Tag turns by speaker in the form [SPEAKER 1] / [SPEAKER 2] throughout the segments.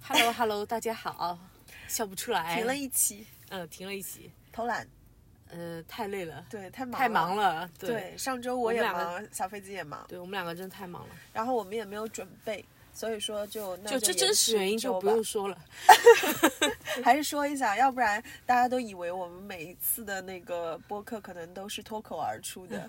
[SPEAKER 1] Hello Hello，大家好，笑不出来，
[SPEAKER 2] 停了，一期，
[SPEAKER 1] 呃，停了一期，
[SPEAKER 2] 偷懒，
[SPEAKER 1] 呃，太累了，
[SPEAKER 2] 对，太忙
[SPEAKER 1] 太忙
[SPEAKER 2] 了。
[SPEAKER 1] 了，对，
[SPEAKER 2] 对，上周
[SPEAKER 1] 我
[SPEAKER 2] 我
[SPEAKER 1] 们
[SPEAKER 2] 也
[SPEAKER 1] 两个
[SPEAKER 2] 忙，小飞机也忙，
[SPEAKER 1] 对我们两个真的太忙了，
[SPEAKER 2] 然后我们也没有准备，所以说就那
[SPEAKER 1] 就这真实原因
[SPEAKER 2] 就
[SPEAKER 1] 就
[SPEAKER 2] 延
[SPEAKER 1] 不
[SPEAKER 2] 续一周
[SPEAKER 1] 用说了，
[SPEAKER 2] 吧还是说一下，要不然大家都以为我们每一次的那个播客可能都是脱口而 出的。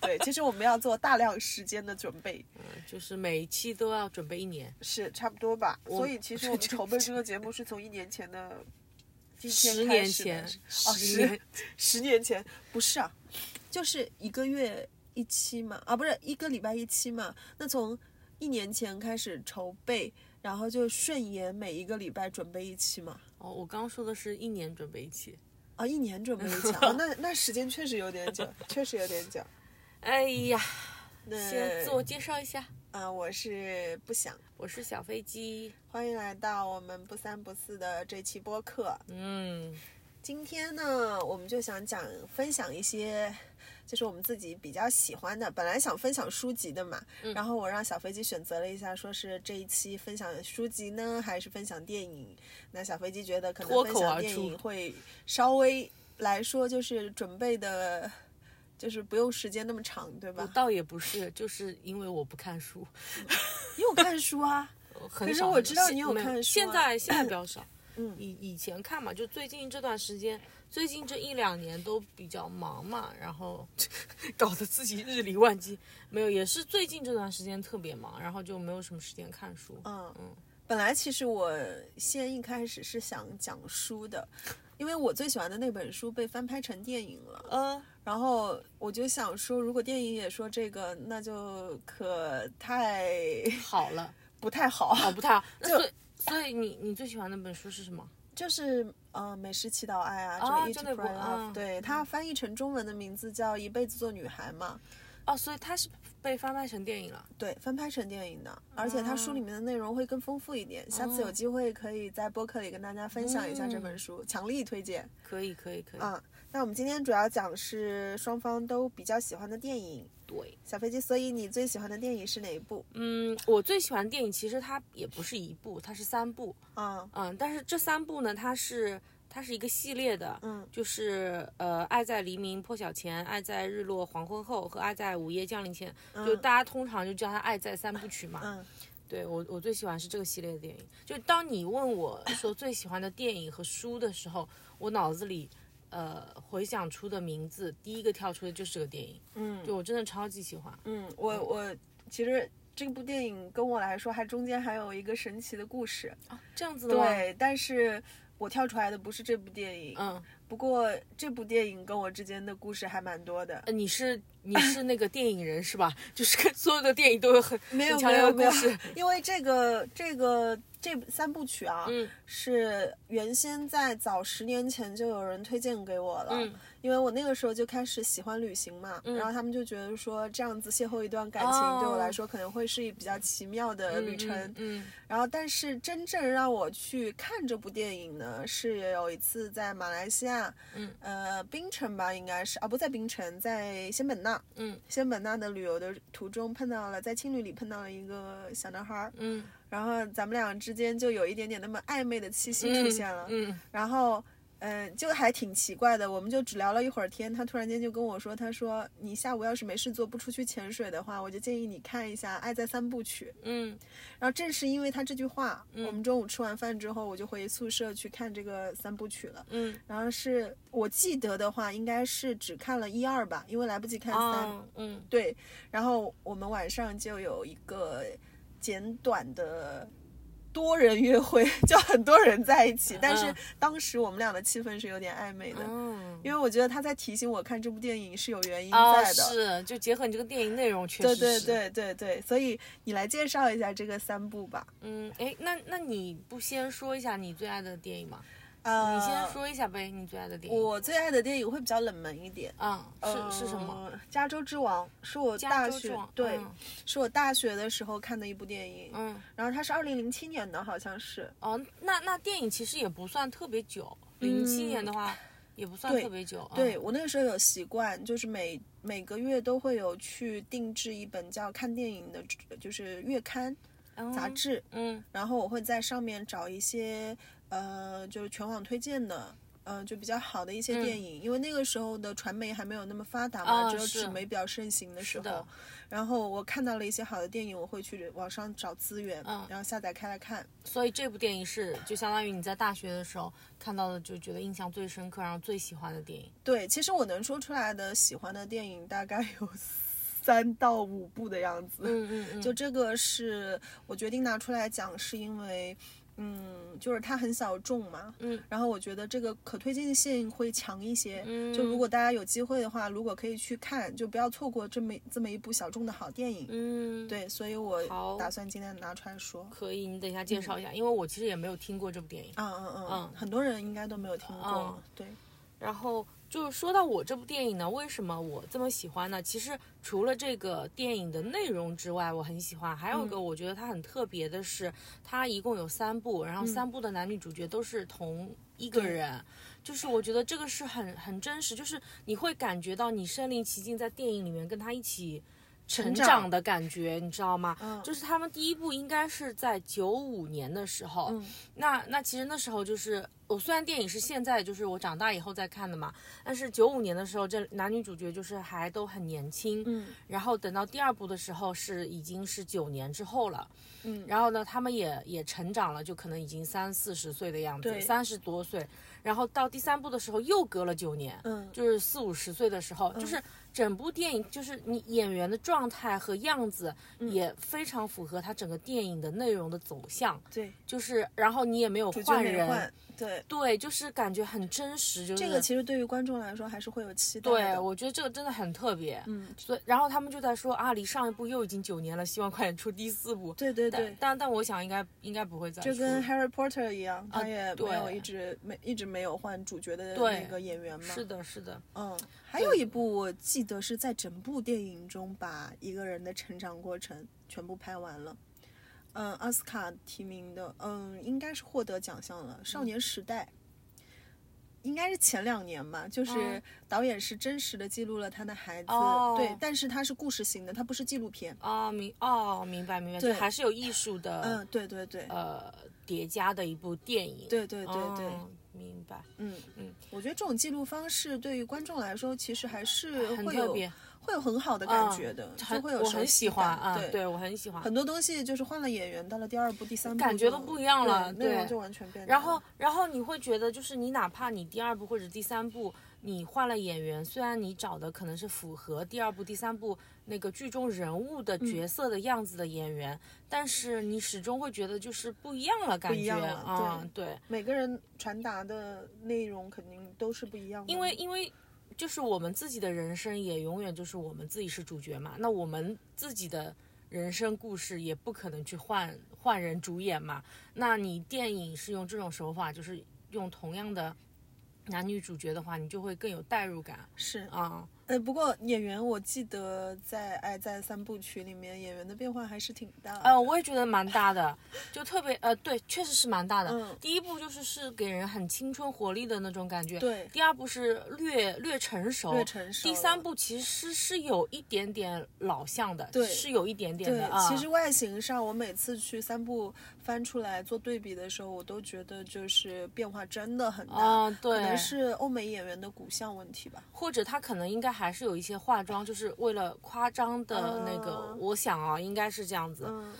[SPEAKER 2] 对，其实我们要做大量时间的准备，
[SPEAKER 1] 嗯就是每一期都要准备一年，
[SPEAKER 2] 是差不多吧。
[SPEAKER 1] 我
[SPEAKER 2] 所以其实我们筹备这个节目是从一年前的今天
[SPEAKER 1] 十
[SPEAKER 2] 开
[SPEAKER 1] 年
[SPEAKER 2] 始的
[SPEAKER 1] 前，十
[SPEAKER 2] 哦，十
[SPEAKER 1] 年
[SPEAKER 2] 十年前不是啊，就是一个月一期嘛，啊，不是一个礼拜一期嘛。那从一年前开始筹备，然后就顺延每一个礼拜准备一期嘛。
[SPEAKER 1] 哦，我刚刚说的是一年准备一期，
[SPEAKER 2] 啊，一年准备一期，啊、那那时间确实有点久，确实有点久。
[SPEAKER 1] 哎呀，
[SPEAKER 2] 那
[SPEAKER 1] 先自我介绍一下，
[SPEAKER 2] 啊，我是不想。
[SPEAKER 1] 我是小飞机，
[SPEAKER 2] 欢迎来到我们不三不四的这期播客。
[SPEAKER 1] 嗯，
[SPEAKER 2] 今天呢，我们就想讲分享一些，就是我们自己比较喜欢的。本来想分享书籍的嘛，
[SPEAKER 1] 嗯
[SPEAKER 2] 然后我让小飞机选择了一下，说是这一期分享书籍呢，还是分享电影？那小飞机觉得可
[SPEAKER 1] 脱
[SPEAKER 2] 能
[SPEAKER 1] 口
[SPEAKER 2] 分
[SPEAKER 1] 而
[SPEAKER 2] 享电
[SPEAKER 1] 出
[SPEAKER 2] 影会稍微来说就是准备的，就是不用时间那么长，对
[SPEAKER 1] 我
[SPEAKER 2] 吧？
[SPEAKER 1] 倒也不是，就是因为我不看书，
[SPEAKER 2] 你有看书 啊？
[SPEAKER 1] 很
[SPEAKER 2] 可是
[SPEAKER 1] 少。
[SPEAKER 2] 我
[SPEAKER 1] 很
[SPEAKER 2] 知
[SPEAKER 1] 少
[SPEAKER 2] 道
[SPEAKER 1] 现
[SPEAKER 2] 你有
[SPEAKER 1] 没
[SPEAKER 2] 看书
[SPEAKER 1] 现
[SPEAKER 2] 啊
[SPEAKER 1] 在现在比较 少。
[SPEAKER 2] 嗯
[SPEAKER 1] 以以前看嘛，就最近这段时间，最近这一两年都比较忙嘛，然后 搞得自己日理万机。没有，也是最近这段时间特别忙，然后就没有什么时间看书。
[SPEAKER 2] 嗯
[SPEAKER 1] 嗯，
[SPEAKER 2] 本来其实我先一开始是想讲书的，因为我最喜欢的那本书被翻拍成电影了。
[SPEAKER 1] 嗯，
[SPEAKER 2] 然后我就想说，如果电影也说这个，那就可太
[SPEAKER 1] 好了，
[SPEAKER 2] 不太好。
[SPEAKER 1] 哦， 不太好。那
[SPEAKER 2] 就
[SPEAKER 1] 所以所以你你最喜欢的本书是什么？
[SPEAKER 2] 就是呃，美食祈祷爱啊，
[SPEAKER 1] 啊
[SPEAKER 2] 就
[SPEAKER 1] 真
[SPEAKER 2] 是
[SPEAKER 1] 的
[SPEAKER 2] Eat Pray
[SPEAKER 1] 不
[SPEAKER 2] Love，、
[SPEAKER 1] 嗯
[SPEAKER 2] 对它翻译成中文的名字叫《一辈子做女孩》嘛，
[SPEAKER 1] 哦，所以它是被翻拍成电影了。
[SPEAKER 2] 对，翻拍成电影的，而且它书
[SPEAKER 1] 哦
[SPEAKER 2] 里面的内容会更丰富一点。下次有机会可以在播客里跟大家分享一下这
[SPEAKER 1] 嗯
[SPEAKER 2] 本书，强力推荐。
[SPEAKER 1] 可以，可以，可以。
[SPEAKER 2] 啊，那我们今天主要讲是双方都比较喜欢的电影。
[SPEAKER 1] 对。
[SPEAKER 2] 小飞机，所以你最喜欢的电影是哪一部？
[SPEAKER 1] 嗯，我最喜欢的电影其实它也不是一部，它是三部。
[SPEAKER 2] 啊，
[SPEAKER 1] 嗯，但是这三部呢，它是它是一个系列的，
[SPEAKER 2] 嗯，
[SPEAKER 1] 就是呃，爱在黎明破晓前，爱在日落黄昏后和爱在午夜降临前，
[SPEAKER 2] 嗯
[SPEAKER 1] 就大家通常就叫它爱在三部曲嘛。
[SPEAKER 2] 嗯
[SPEAKER 1] 对我我最喜欢是这个系列的电影。就当你问我说最喜欢的电影和书的时候，我脑子里呃回想出的名字，第一个跳出的就是这个电影。
[SPEAKER 2] 嗯
[SPEAKER 1] 就我真的超级喜欢。
[SPEAKER 2] 嗯，我我其实这部电影跟我来说，还中间还有一个神奇的故事。
[SPEAKER 1] 啊，这样子的吗？
[SPEAKER 2] 对，但是我跳出来的不是这部电影，
[SPEAKER 1] 嗯，
[SPEAKER 2] 不过这部电影跟我之间的故事还蛮多的。
[SPEAKER 1] 呃你是你是那个电影人是吧？就是跟所有的电影都有很
[SPEAKER 2] 没有
[SPEAKER 1] 很强
[SPEAKER 2] 没
[SPEAKER 1] 烈
[SPEAKER 2] 有
[SPEAKER 1] 的
[SPEAKER 2] 没有
[SPEAKER 1] 故事。，
[SPEAKER 2] 因为这个这个这三部曲啊，
[SPEAKER 1] 嗯
[SPEAKER 2] 是原先在早十年前就有人推荐给我了，
[SPEAKER 1] 嗯
[SPEAKER 2] 因为我那个时候就开始喜欢旅行嘛，然后他们就觉得说这样子邂逅一段感
[SPEAKER 1] 哦
[SPEAKER 2] 情对我来说可能会是一比较奇妙的旅程。
[SPEAKER 1] 嗯，
[SPEAKER 2] 然后，但是真正让我去看这部电影呢，是有一次在马来西亚，
[SPEAKER 1] 嗯，
[SPEAKER 2] 呃，槟城吧，应该是啊，不在槟城，在仙本那，
[SPEAKER 1] 嗯，
[SPEAKER 2] 仙本那的旅游的途中碰到了，在青旅里碰到了一个小男孩儿，
[SPEAKER 1] 嗯
[SPEAKER 2] 然后咱们俩之间就有一点点那么暧昧的气息出现了，
[SPEAKER 1] 嗯
[SPEAKER 2] 然后。嗯，就还挺奇怪的，我们就只聊了一会儿天，他突然间就跟我说，他说你下午要是没事做，不出去潜水的话，我就建议你看一下《爱在三部曲》。
[SPEAKER 1] 嗯
[SPEAKER 2] 然后正是因为他这句话，我们中午吃完饭之后，我就回宿舍去看这个三部曲了。
[SPEAKER 1] 嗯
[SPEAKER 2] 然后是我记得的话，应该是只看了一二吧，因为来不及看三。
[SPEAKER 1] 啊嗯
[SPEAKER 2] 对，然后我们晚上就有一个简短的。多人约会 就很多人在一起，但是
[SPEAKER 1] 嗯
[SPEAKER 2] 当时我们俩的气氛是有点暧昧的，
[SPEAKER 1] 嗯
[SPEAKER 2] 因为我觉得他在提醒我看这部电影是有原因
[SPEAKER 1] 啊
[SPEAKER 2] 在的。
[SPEAKER 1] 是，就结合你这个电影内容，确实
[SPEAKER 2] 对对
[SPEAKER 1] 是，
[SPEAKER 2] 对对对，所以你来介绍一下这个三部吧。
[SPEAKER 1] 嗯哎，那那你不先说一下你最爱的电影吗？嗯
[SPEAKER 2] 呃，
[SPEAKER 1] 你先说一下呗，你最爱的电影。
[SPEAKER 2] 我最爱的电影会比较冷门一点，
[SPEAKER 1] 啊
[SPEAKER 2] 呃
[SPEAKER 1] 是是什么？？
[SPEAKER 2] 《加州之王》是我大
[SPEAKER 1] 加州之
[SPEAKER 2] 学
[SPEAKER 1] 王
[SPEAKER 2] 对、
[SPEAKER 1] 嗯
[SPEAKER 2] 是我大学的时候看的一部电影，
[SPEAKER 1] 嗯
[SPEAKER 2] 然后它是二零零七年的，好像是。
[SPEAKER 1] 哦，那那电影其实也不算特别久，零七年的话也不算
[SPEAKER 2] 嗯对
[SPEAKER 1] 特别久。
[SPEAKER 2] 对
[SPEAKER 1] 嗯
[SPEAKER 2] 我那个时候有习惯，就是每每个月都会有去定制一本叫《看电影》的，就是月刊。杂志，
[SPEAKER 1] 嗯
[SPEAKER 2] 然后我会在上面找一些呃，就是全网推荐的。呃，就比较好的一
[SPEAKER 1] 嗯
[SPEAKER 2] 些电影，因为那个时候的传媒还没有那么发达嘛，
[SPEAKER 1] 啊
[SPEAKER 2] 只有
[SPEAKER 1] 是
[SPEAKER 2] 纸媒比较盛行的时
[SPEAKER 1] 是
[SPEAKER 2] 候。
[SPEAKER 1] 的，
[SPEAKER 2] 然后我看到了一些好的电影，我会去网上找资源，
[SPEAKER 1] 嗯
[SPEAKER 2] 然后下载开来看。
[SPEAKER 1] 所以这部电影是就相当于你在大学的时候看到的，就觉得印象最深刻，然后最喜欢的电影。
[SPEAKER 2] 对，其实我能说出来的喜欢的电影大概有 三到五部的样子。
[SPEAKER 1] 嗯嗯嗯，
[SPEAKER 2] 就这个是我决定拿出来讲，是因为，嗯，就是它很小众嘛，
[SPEAKER 1] 嗯，
[SPEAKER 2] 然后我觉得这个可推荐性会强一些，
[SPEAKER 1] 嗯
[SPEAKER 2] 就如果大家有机会的话，如果可以去看，就不要错过这么这么一部小众的好电影，
[SPEAKER 1] 嗯，
[SPEAKER 2] 对，所以我
[SPEAKER 1] 好
[SPEAKER 2] 打算今天拿出来说，
[SPEAKER 1] 可以，你等一下介绍一下，因为我其实也没有听过这部电影。
[SPEAKER 2] 嗯嗯嗯
[SPEAKER 1] 嗯，
[SPEAKER 2] 很多人应该都没有听过，
[SPEAKER 1] 嗯
[SPEAKER 2] 对，
[SPEAKER 1] 然后就是说到我这部电影呢，为什么我这么喜欢呢？其实除了这个电影的内容之外，我很喜欢，还有一
[SPEAKER 2] 嗯
[SPEAKER 1] 个我觉得它很特别的是，它一共有三部，然后
[SPEAKER 2] 嗯
[SPEAKER 1] 三部的男女主角都是同一个人。就是我觉得这个是很很真实，就是你会感觉到你身临其境在电影里面跟他一起成
[SPEAKER 2] 长
[SPEAKER 1] 长的感觉，你知道吗？
[SPEAKER 2] 嗯
[SPEAKER 1] 就是他们第一部应该是在九五年的时候，
[SPEAKER 2] 嗯
[SPEAKER 1] 那那其实那时候就是我虽然电影是现在就是我长大以后再看的嘛，但是九五年的时候这男女主角就是还都很年轻，
[SPEAKER 2] 嗯
[SPEAKER 1] 然后等到第二部的时候是已经是九年之后了，
[SPEAKER 2] 嗯
[SPEAKER 1] 然后呢他们也也成长了，就可能已经三四十岁的样子，
[SPEAKER 2] 对
[SPEAKER 1] 三十多岁，然后到第三部的时候又隔了九年，
[SPEAKER 2] 嗯
[SPEAKER 1] 就是四五十岁的时候，就是整部电影，就是你演员的状态和样子
[SPEAKER 2] 嗯
[SPEAKER 1] 也非常符合他整个电影的内容的走向，
[SPEAKER 2] 对，
[SPEAKER 1] 就是然后你也没有
[SPEAKER 2] 主角
[SPEAKER 1] 换
[SPEAKER 2] 没
[SPEAKER 1] 人，
[SPEAKER 2] 换，对。
[SPEAKER 1] 对，就是感觉很真实，就是
[SPEAKER 2] 这个其实对于观众来说还是会有期待
[SPEAKER 1] 对
[SPEAKER 2] 的，
[SPEAKER 1] 我觉得这个真的很特别，
[SPEAKER 2] 嗯，
[SPEAKER 1] 所以然后他们就在说啊，离上一部又已经九年了，希望快点出第四部，
[SPEAKER 2] 对对对
[SPEAKER 1] 但，但但我想应该应该不会再
[SPEAKER 2] 就
[SPEAKER 1] 出
[SPEAKER 2] 跟
[SPEAKER 1] 了
[SPEAKER 2] Harry Potter 一样，他也没有
[SPEAKER 1] 啊对
[SPEAKER 2] 一直没一直没有换主角的
[SPEAKER 1] 对
[SPEAKER 2] 那个演员嘛。
[SPEAKER 1] 是的，是的，
[SPEAKER 2] 嗯，还有一部我记得是在整部电影中把一个人的成长过程全部拍完了。嗯，奥斯卡提名的，嗯，应该是获得奖项了，《少年时代》应该是前两年吧，就是
[SPEAKER 1] 嗯
[SPEAKER 2] 导演是真实的记录了他的孩子，
[SPEAKER 1] 哦
[SPEAKER 2] 对，但是他是故事型的，他不是纪录片。
[SPEAKER 1] 啊明哦明白明白，就
[SPEAKER 2] 对
[SPEAKER 1] 还是有艺术的，
[SPEAKER 2] 嗯，对对对，
[SPEAKER 1] 呃叠加的一部电影。
[SPEAKER 2] 对对对对，
[SPEAKER 1] 哦明白，
[SPEAKER 2] 嗯
[SPEAKER 1] 嗯，
[SPEAKER 2] 我觉得这种记录方式对于观众来说，其实还是
[SPEAKER 1] 很
[SPEAKER 2] 会
[SPEAKER 1] 特
[SPEAKER 2] 有
[SPEAKER 1] 别，嗯
[SPEAKER 2] 会有很好的感觉的，就
[SPEAKER 1] 很
[SPEAKER 2] 会有
[SPEAKER 1] 我很
[SPEAKER 2] 熟悉
[SPEAKER 1] 喜欢
[SPEAKER 2] 感
[SPEAKER 1] 啊，
[SPEAKER 2] 对。
[SPEAKER 1] 对我很喜欢。
[SPEAKER 2] 很多东西就是换了演员，到了第二部、第三部
[SPEAKER 1] 感觉
[SPEAKER 2] 就
[SPEAKER 1] 都不一样了
[SPEAKER 2] 对内容
[SPEAKER 1] 对
[SPEAKER 2] 就完全变了。
[SPEAKER 1] 然后，然后你会觉得，就是你哪怕你第二部或者第三部你换了演员，虽然你找的可能是符合第二部、第三部那个剧中人物的角
[SPEAKER 2] 嗯
[SPEAKER 1] 色的样子的演员，但是你始终会觉得就是不一样了，感
[SPEAKER 2] 一
[SPEAKER 1] 觉
[SPEAKER 2] 样了
[SPEAKER 1] 啊、嗯，对，
[SPEAKER 2] 每个人传达的内容肯定都是不一样的，
[SPEAKER 1] 因为因为就是我们自己的人生也永远就是我们自己是主角嘛，那我们自己的人生故事也不可能去换换人主演嘛。那你电影是用这种手法，就是用同样的男女主角的话，你就会更有代入感
[SPEAKER 2] 是
[SPEAKER 1] 啊。
[SPEAKER 2] 呃，不过演员我记得在《爱在三部曲》里面，演员的变化还是挺大的。
[SPEAKER 1] 呃，我也觉得蛮大的，就特别呃，对，确实是蛮大的。
[SPEAKER 2] 嗯
[SPEAKER 1] 第一部就是是给人很青春活力的那种感觉，
[SPEAKER 2] 对，
[SPEAKER 1] 第二部是略略成熟，
[SPEAKER 2] 略成熟
[SPEAKER 1] 第
[SPEAKER 2] 了
[SPEAKER 1] 三部其实是有一点点老向的，
[SPEAKER 2] 对
[SPEAKER 1] 是有一点点
[SPEAKER 2] 对
[SPEAKER 1] 的啊。，
[SPEAKER 2] 其实外形上，我每次去三部翻出来做对比的时候，我都觉得就是变化真的很大，
[SPEAKER 1] 啊，
[SPEAKER 2] 可能
[SPEAKER 1] 对，
[SPEAKER 2] 是欧美演员的骨相问题吧。
[SPEAKER 1] 或者他可能应该还是有一些化妆，就是为了夸张的那个，
[SPEAKER 2] 嗯
[SPEAKER 1] 我想啊，应该是这样子。
[SPEAKER 2] 嗯，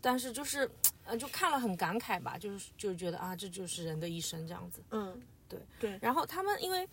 [SPEAKER 1] 但是就是，呃，就看了很感慨吧，就是就觉得啊，这就是人的一生这样子。
[SPEAKER 2] 嗯，
[SPEAKER 1] 然后他们因为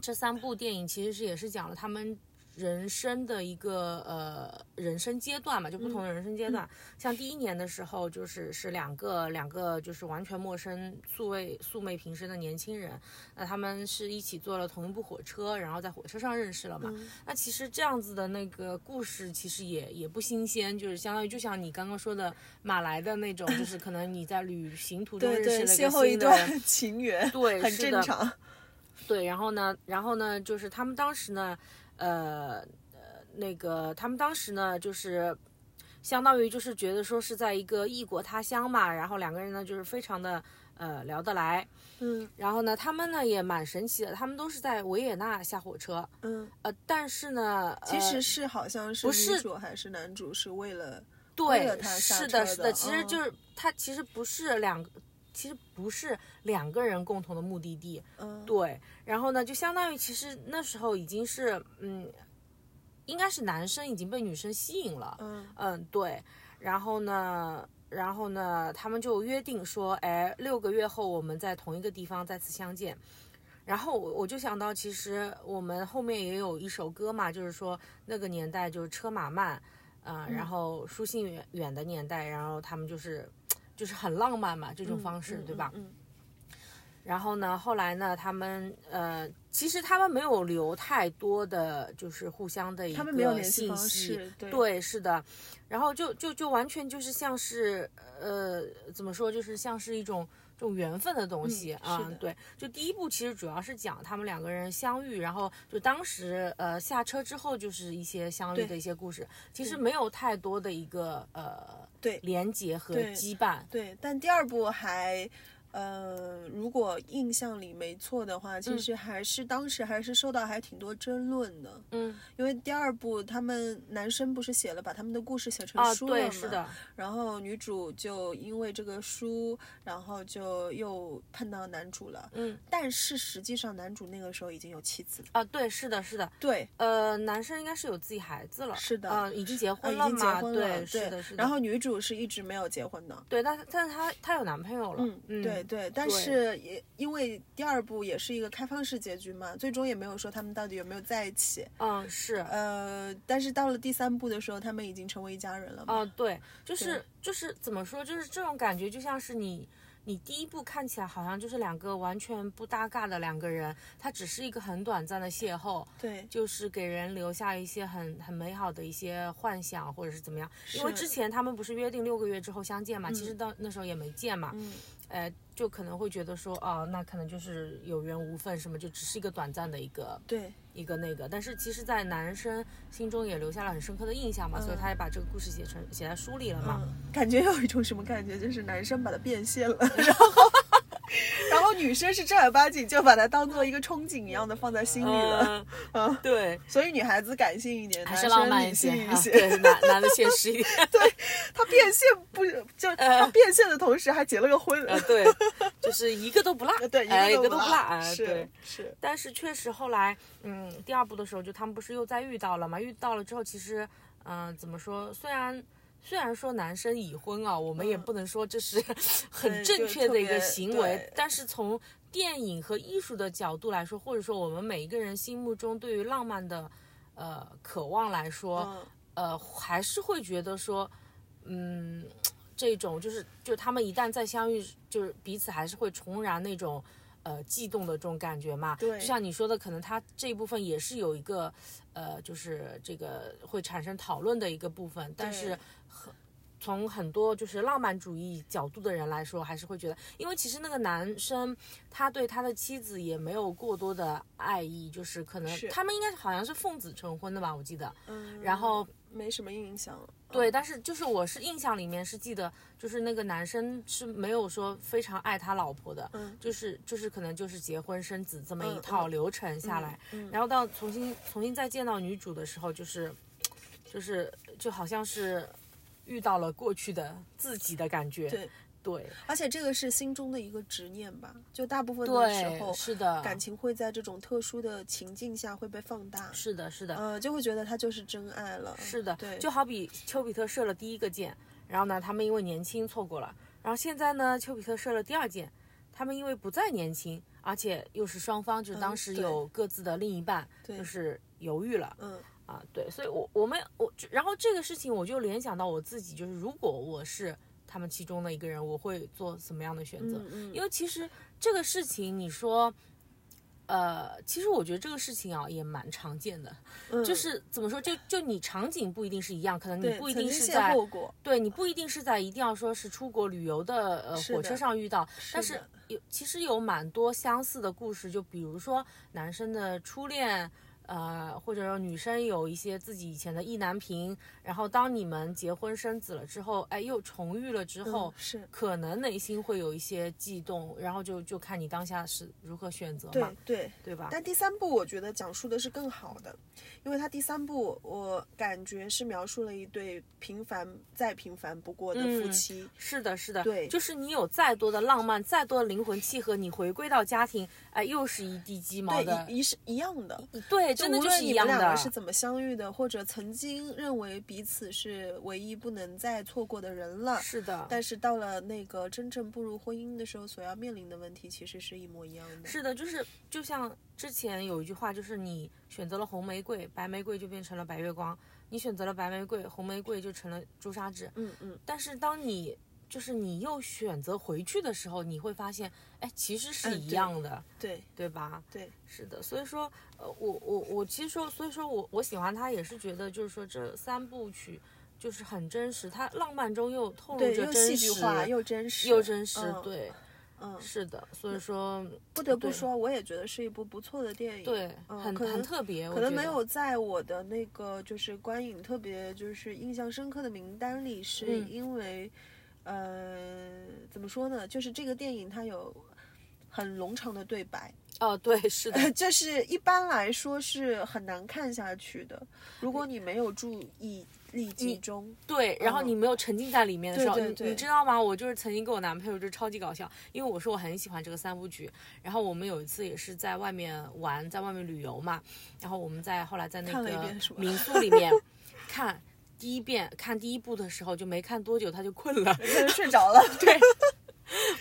[SPEAKER 1] 这三部电影其实是也是讲了他们人生的一个呃人生阶段嘛，就不同
[SPEAKER 2] 嗯
[SPEAKER 1] 的人生阶段。像第一年的时候，就是是两个两个就是完全陌生素未素昧平生的年轻人，那他们是一起坐了同一部火车，然后在火车上认识了嘛。
[SPEAKER 2] 嗯
[SPEAKER 1] 那其实这样子的那个故事其实也也不新鲜，就是相当于就像你刚刚说的马来的那种，就是可能你在旅行途中认识
[SPEAKER 2] 对
[SPEAKER 1] 了一
[SPEAKER 2] 对，
[SPEAKER 1] 个
[SPEAKER 2] 邂逅一
[SPEAKER 1] 新的人
[SPEAKER 2] 段 情缘，
[SPEAKER 1] 对
[SPEAKER 2] 很
[SPEAKER 1] 是
[SPEAKER 2] 正
[SPEAKER 1] 的
[SPEAKER 2] 常。
[SPEAKER 1] 对，然后呢，然后呢，就是他们当时呢，呃呃，那个他们当时呢，就是相当于就是觉得说是在一个异国他乡嘛，然后两个人呢就是非常的呃聊得来，
[SPEAKER 2] 嗯
[SPEAKER 1] 然后呢，他们呢也蛮神奇的，他们都是在维也纳下火车，
[SPEAKER 2] 嗯，
[SPEAKER 1] 呃，但是呢，
[SPEAKER 2] 其
[SPEAKER 1] 呃
[SPEAKER 2] 实是好像是
[SPEAKER 1] 不
[SPEAKER 2] 女
[SPEAKER 1] 是
[SPEAKER 2] 主还是男主是为了为了
[SPEAKER 1] 对，
[SPEAKER 2] 他下
[SPEAKER 1] 是
[SPEAKER 2] 车
[SPEAKER 1] 的，是的，其实
[SPEAKER 2] 嗯
[SPEAKER 1] 就是它其实不是两个，其实不是两个人共同的目的地，
[SPEAKER 2] 嗯，
[SPEAKER 1] 对，然后呢，就相当于其实那时候已经是，嗯，应该是男生已经被女生吸引了，
[SPEAKER 2] 嗯
[SPEAKER 1] 嗯，对，然后呢，然后呢，他们就约定说，哎，六个月后我们在同一个地方再次相见。然后我我就想到，其实我们后面也有一首歌嘛，就是说那个年代就是车马慢，呃、
[SPEAKER 2] 嗯
[SPEAKER 1] 然后书信远远的年代，然后他们就是就是很浪漫嘛，这种方式，
[SPEAKER 2] 嗯
[SPEAKER 1] 对吧？
[SPEAKER 2] 嗯，
[SPEAKER 1] 然后呢，后来呢，他们呃，其实他们没有留太多的，就是互相的一
[SPEAKER 2] 他们没有
[SPEAKER 1] 个
[SPEAKER 2] 联系
[SPEAKER 1] 信
[SPEAKER 2] 方
[SPEAKER 1] 息，
[SPEAKER 2] 式，对
[SPEAKER 1] 对，是的，然后就就就完全就是像是呃，怎么说，就是像是一种这种缘分的东西、
[SPEAKER 2] 嗯是
[SPEAKER 1] 啊
[SPEAKER 2] 的。
[SPEAKER 1] 对，就第一部其实主要是讲他们两个人相遇，然后就当时呃下车之后就是一些相遇
[SPEAKER 2] 对
[SPEAKER 1] 的一些故事，其实
[SPEAKER 2] 对
[SPEAKER 1] 没有太多的一个呃
[SPEAKER 2] 对
[SPEAKER 1] 连结和
[SPEAKER 2] 对
[SPEAKER 1] 羁绊。
[SPEAKER 2] 对，但第二部还。呃，如果印象里没错的话，其
[SPEAKER 1] 嗯
[SPEAKER 2] 实还是、当时还是受到还挺多争论的，
[SPEAKER 1] 嗯
[SPEAKER 2] 因为第二部他们男生不是写了把他们的故事写成
[SPEAKER 1] 啊，
[SPEAKER 2] 书了嘛，
[SPEAKER 1] 对，是的，
[SPEAKER 2] 然后女主就因为这个书，然后就又碰到男主了。
[SPEAKER 1] 嗯
[SPEAKER 2] 但是实际上，男主那个时候已经有妻子了。
[SPEAKER 1] 啊，对，是的，是的。
[SPEAKER 2] 对，
[SPEAKER 1] 呃，男生应该是有自己孩子了，
[SPEAKER 2] 是的
[SPEAKER 1] 呃，已经结
[SPEAKER 2] 呃
[SPEAKER 1] 婚
[SPEAKER 2] 已
[SPEAKER 1] 了
[SPEAKER 2] 经结
[SPEAKER 1] 嘛，
[SPEAKER 2] 婚了。
[SPEAKER 1] 对，是的，是的。
[SPEAKER 2] 然后女主是一直没有结婚的。
[SPEAKER 1] 对，但但是她她有男朋友了，
[SPEAKER 2] 嗯，对对，但
[SPEAKER 1] 对
[SPEAKER 2] 是也因为第二部也是一个开放式结局嘛，最终也没有说他们到底有没有在一起。
[SPEAKER 1] 嗯，是，啊、
[SPEAKER 2] 呃，但是到了第三部的时候，他们已经成为一家人了嘛。
[SPEAKER 1] 嗯对，就是就是怎么说，就是这种感觉，就像是你你第一部看起来好像就是两个完全不搭嘎的两个人，他只是一个很短暂的邂逅，
[SPEAKER 2] 对，
[SPEAKER 1] 就是给人留下一些很很美好的一些幻想或者是怎么样，因为
[SPEAKER 2] 是
[SPEAKER 1] 之前他们不是约定六个月之后相见嘛，其实到那时候也没见嘛，
[SPEAKER 2] 嗯，
[SPEAKER 1] 呃，就可能会觉得说啊、那可能就是有缘无分什么，就只是一个短暂的一个
[SPEAKER 2] 对，
[SPEAKER 1] 一个那个，但是其实，在男生心中也留下了很深刻的印象嘛，所以他也把这个故事写成写在书里了嘛。
[SPEAKER 2] 嗯，感觉有一种什么感觉，就是男生把它变现 了，然后然后女生是正儿八经就把它当做一个憧憬一样的放在心里了。
[SPEAKER 1] 嗯，对，
[SPEAKER 2] 所以女孩子感性一点，
[SPEAKER 1] 还是浪
[SPEAKER 2] 男生
[SPEAKER 1] 漫
[SPEAKER 2] 理
[SPEAKER 1] 一些，
[SPEAKER 2] 性一
[SPEAKER 1] 啊、
[SPEAKER 2] 些。
[SPEAKER 1] 对，男男的现实一点。
[SPEAKER 2] 他变现不就是他变现的同时还结了个婚，，
[SPEAKER 1] 呃，对，就是一个都不落
[SPEAKER 2] 对，
[SPEAKER 1] 哎，一
[SPEAKER 2] 个
[SPEAKER 1] 个
[SPEAKER 2] 都
[SPEAKER 1] 都不落，哎，
[SPEAKER 2] 是
[SPEAKER 1] 对。
[SPEAKER 2] 是，
[SPEAKER 1] 但是确实后来，嗯，第二部的时候，就他们不是又再遇到了嘛？遇到了之后，其实，嗯、怎么说？虽然虽然说男生已婚啊，我们也
[SPEAKER 2] 嗯
[SPEAKER 1] 不能说这是很
[SPEAKER 2] 对
[SPEAKER 1] 正
[SPEAKER 2] 就
[SPEAKER 1] 确
[SPEAKER 2] 特
[SPEAKER 1] 的一个
[SPEAKER 2] 别
[SPEAKER 1] 行为
[SPEAKER 2] 对，
[SPEAKER 1] 但是从电影和艺术的角度来说，或者说我们每一个人心目中对于浪漫的呃渴望来说，
[SPEAKER 2] 嗯，
[SPEAKER 1] 呃，还是会觉得说，嗯，这种就是就是他们一旦再相遇，就是彼此还是会重燃那种呃悸动的这种感觉嘛。
[SPEAKER 2] 对
[SPEAKER 1] 就像你说的，可能他这一部分也是有一个呃，就是这个会产生讨论的一个部分，但是
[SPEAKER 2] 对
[SPEAKER 1] 从很多就是浪漫主义角度的人来说，还是会觉得，因为其实那个男生他对他的妻子也没有过多的爱意，就是可能
[SPEAKER 2] 是
[SPEAKER 1] 他们应该好像是奉子成婚的吧，我记得。
[SPEAKER 2] 嗯
[SPEAKER 1] 呃然后
[SPEAKER 2] 没什么嗯印象了。
[SPEAKER 1] 对，但是就是我是印象里面是记得，就是那个男生是没有说非常爱他老婆的，
[SPEAKER 2] 嗯
[SPEAKER 1] 就是就是可能就是结婚生子这么一
[SPEAKER 2] 嗯
[SPEAKER 1] 套
[SPEAKER 2] 嗯
[SPEAKER 1] 流程下来，
[SPEAKER 2] 嗯嗯
[SPEAKER 1] 然后到重新重新再见到女主的时候，就是就是就好像是遇到了过去的自己的感觉，
[SPEAKER 2] 对
[SPEAKER 1] 对
[SPEAKER 2] 而且这个是心中的一个执念吧，就大部分的时
[SPEAKER 1] 对，
[SPEAKER 2] 候，
[SPEAKER 1] 是的，
[SPEAKER 2] 感情会在这种特殊的情境下会被放大。
[SPEAKER 1] 是的，是的，
[SPEAKER 2] 呃，就会觉得他就是真爱了。
[SPEAKER 1] 是的，
[SPEAKER 2] 对，
[SPEAKER 1] 就好比丘比特射了第一个箭，然后呢，他们因为年轻错过了，然后现在呢，丘比特射了第二箭，他们因为不再年轻，而且又是双方就是当
[SPEAKER 2] 嗯
[SPEAKER 1] 时
[SPEAKER 2] 对
[SPEAKER 1] 有各自的另一半，
[SPEAKER 2] 对
[SPEAKER 1] 就是犹豫了
[SPEAKER 2] 嗯
[SPEAKER 1] 啊，对，所以我我们我就然后这个事情我就联想到我自己，就是如果我是他们其中的一个人，我会做什么样的选择？
[SPEAKER 2] 嗯嗯，
[SPEAKER 1] 因为其实这个事情，你说。呃，其实我觉得这个事情啊也蛮常见的，
[SPEAKER 2] 嗯
[SPEAKER 1] 就是怎么说，就就你场景不一定是一样，可能你
[SPEAKER 2] 对
[SPEAKER 1] 不一
[SPEAKER 2] 曾
[SPEAKER 1] 定
[SPEAKER 2] 经
[SPEAKER 1] 是
[SPEAKER 2] 邂
[SPEAKER 1] 在
[SPEAKER 2] 逅过，
[SPEAKER 1] 对你不一定是在一定要说是出国旅游的呃
[SPEAKER 2] 是
[SPEAKER 1] 火
[SPEAKER 2] 的
[SPEAKER 1] 车上遇到，但是
[SPEAKER 2] 是的
[SPEAKER 1] 有其实有蛮多相似的故事，就比如说男生的初恋，呃，或者说女生有一些自己以前的意难平，然后当你们结婚生子了之后，哎，又重遇了之后，
[SPEAKER 2] 嗯是
[SPEAKER 1] 可能内心会有一些悸动，然后就就看你当下是如何选择
[SPEAKER 2] 对
[SPEAKER 1] 嘛，
[SPEAKER 2] 对。
[SPEAKER 1] 对吧？
[SPEAKER 2] 但第三部我觉得讲述的是更好的，因为它第三部我感觉是描述了一对平凡再平凡不过的夫
[SPEAKER 1] 嗯
[SPEAKER 2] 妻，
[SPEAKER 1] 是的，是的，
[SPEAKER 2] 对
[SPEAKER 1] 就是你有再多的浪漫，再多的灵魂契合，你回归到家庭，哎，又是一地鸡毛的
[SPEAKER 2] 对，，一一是一样的。
[SPEAKER 1] 对，
[SPEAKER 2] 就
[SPEAKER 1] 真的
[SPEAKER 2] 无
[SPEAKER 1] 就
[SPEAKER 2] 论
[SPEAKER 1] 是
[SPEAKER 2] 你
[SPEAKER 1] 一
[SPEAKER 2] 们
[SPEAKER 1] 样
[SPEAKER 2] 两个
[SPEAKER 1] 的，啊
[SPEAKER 2] 是怎么相遇的，或者曾经认为彼此是唯一不能再错过的人了，
[SPEAKER 1] 是的，
[SPEAKER 2] 但是到了那个真正步入婚姻的时候，所要面临的问题其实是一模一样的。
[SPEAKER 1] 是的，就是就像之前有一句话，就是你选择了红玫瑰，白玫瑰就变成了白月光；你选择了白玫瑰，红玫瑰就成了朱砂痣。
[SPEAKER 2] 嗯嗯，
[SPEAKER 1] 但是当你就是你又选择回去的时候，你会发现，哎，其实是
[SPEAKER 2] 嗯
[SPEAKER 1] 一
[SPEAKER 2] 对
[SPEAKER 1] 样的，
[SPEAKER 2] 对
[SPEAKER 1] 对吧？
[SPEAKER 2] 对，
[SPEAKER 1] 是的，所以说，呃，我我我其实说，所以说我我喜欢他也是觉得，就是说这三部曲就是很真实，它浪漫中又透露
[SPEAKER 2] 对，
[SPEAKER 1] 着
[SPEAKER 2] 又
[SPEAKER 1] 真
[SPEAKER 2] 戏剧
[SPEAKER 1] 实，
[SPEAKER 2] 化又真实，
[SPEAKER 1] 又真实，
[SPEAKER 2] 嗯，
[SPEAKER 1] 对，
[SPEAKER 2] 嗯，
[SPEAKER 1] 是的，所以说，
[SPEAKER 2] 不得不
[SPEAKER 1] 对
[SPEAKER 2] 说，我也觉得是一部不错的电影。
[SPEAKER 1] 对，
[SPEAKER 2] 嗯
[SPEAKER 1] 很
[SPEAKER 2] 可能
[SPEAKER 1] 很特别，我
[SPEAKER 2] 可能
[SPEAKER 1] 觉
[SPEAKER 2] 没
[SPEAKER 1] 得
[SPEAKER 2] 有在我的那个就是观影特别就是印象深刻的名单里，是
[SPEAKER 1] 嗯
[SPEAKER 2] 因为，呃，怎么说呢？就是这个电影它有很冗长的对白，
[SPEAKER 1] 哦，对，是的，
[SPEAKER 2] 就是一般来说是很难看下去的。如果你没有注意力集 中，
[SPEAKER 1] 对，然后
[SPEAKER 2] 嗯
[SPEAKER 1] 你没有沉浸在里面的时候，
[SPEAKER 2] 对对
[SPEAKER 1] 你
[SPEAKER 2] 对
[SPEAKER 1] 你知道吗？我就是曾经跟我男朋友就超级搞笑，因为我说我很喜欢这个三部曲，然后我们有一次也是在外面玩，在外面旅游嘛，然后我们在后来在那
[SPEAKER 2] 看了一
[SPEAKER 1] 个
[SPEAKER 2] 遍是吧
[SPEAKER 1] 民宿里 面看第一遍看第一部的时候，就没看多久他就困 了，
[SPEAKER 2] 睡着 了。对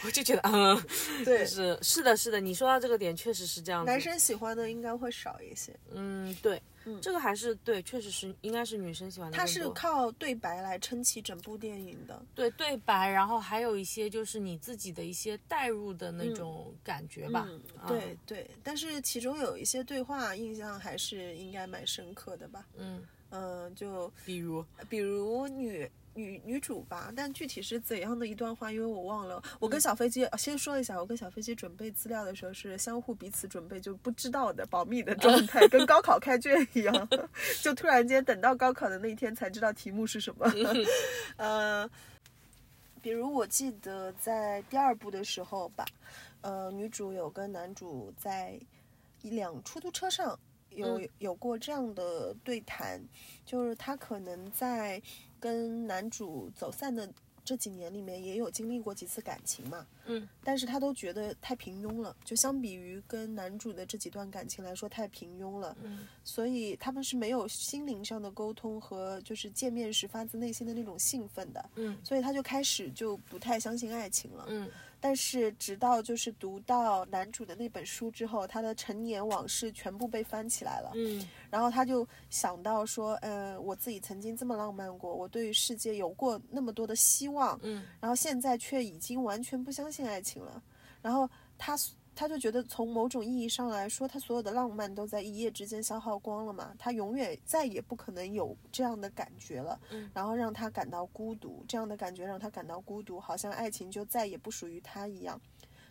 [SPEAKER 1] 我就觉得嗯，
[SPEAKER 2] 对
[SPEAKER 1] 就，是是的，是的，你说到这个点确实是这样子，
[SPEAKER 2] 男生喜欢的应该会少一些。
[SPEAKER 1] 嗯对。
[SPEAKER 2] 嗯
[SPEAKER 1] 这个还是对，确实是应该是女生喜欢的
[SPEAKER 2] 他
[SPEAKER 1] 更多。
[SPEAKER 2] 是靠对白来撑起整部电影的。
[SPEAKER 1] 对对白，然后还有一些就是你自己的一些代入的那种感觉吧。
[SPEAKER 2] 嗯
[SPEAKER 1] 啊，
[SPEAKER 2] 对对，但是其中有一些对话印象还是应该蛮深刻的吧。
[SPEAKER 1] 嗯，
[SPEAKER 2] 嗯，就
[SPEAKER 1] 比如
[SPEAKER 2] 比如女。女女主吧，但具体是怎样的一段话，因为我忘了。我
[SPEAKER 1] 嗯
[SPEAKER 2] 跟小飞机、呃先说一下，我跟小飞机准备资料的时候是相互彼此准备，就不知道的保密的状态，跟高考开卷一样， 就突然间等到高考的那一天才知道题目是什么。
[SPEAKER 1] 嗯
[SPEAKER 2] 呃，比如我记得在第二部的时候吧，呃，女主有跟男主在一辆出租车上有、
[SPEAKER 1] 嗯
[SPEAKER 2] 有过这样的对谈，就是她可能在跟男主走散的这几年里面，也有经历过几次感情嘛。
[SPEAKER 1] 嗯，
[SPEAKER 2] 但是她都觉得太平庸了，就相比于跟男主的这几段感情来说，太平庸了。
[SPEAKER 1] 嗯，
[SPEAKER 2] 所以他们是没有心灵上的沟通和就是见面时发自内心的那种兴奋的。
[SPEAKER 1] 嗯
[SPEAKER 2] 所以她就开始就不太相信爱情了。
[SPEAKER 1] 嗯
[SPEAKER 2] 但是直到就是读到男主的那本书之后，他的陈年往事全部被翻起来了。
[SPEAKER 1] 嗯
[SPEAKER 2] 然后他就想到说，呃，我自己曾经这么浪漫过，我对于世界有过那么多的希望，
[SPEAKER 1] 嗯
[SPEAKER 2] 然后现在却已经完全不相信爱情了。然后他他就觉得，从某种意义上来说，他所有的浪漫都在一夜之间消耗光了嘛，他永远再也不可能有这样的感觉了。
[SPEAKER 1] 嗯
[SPEAKER 2] 然后让他感到孤独，这样的感觉让他感到孤独，好像爱情就再也不属于他一样。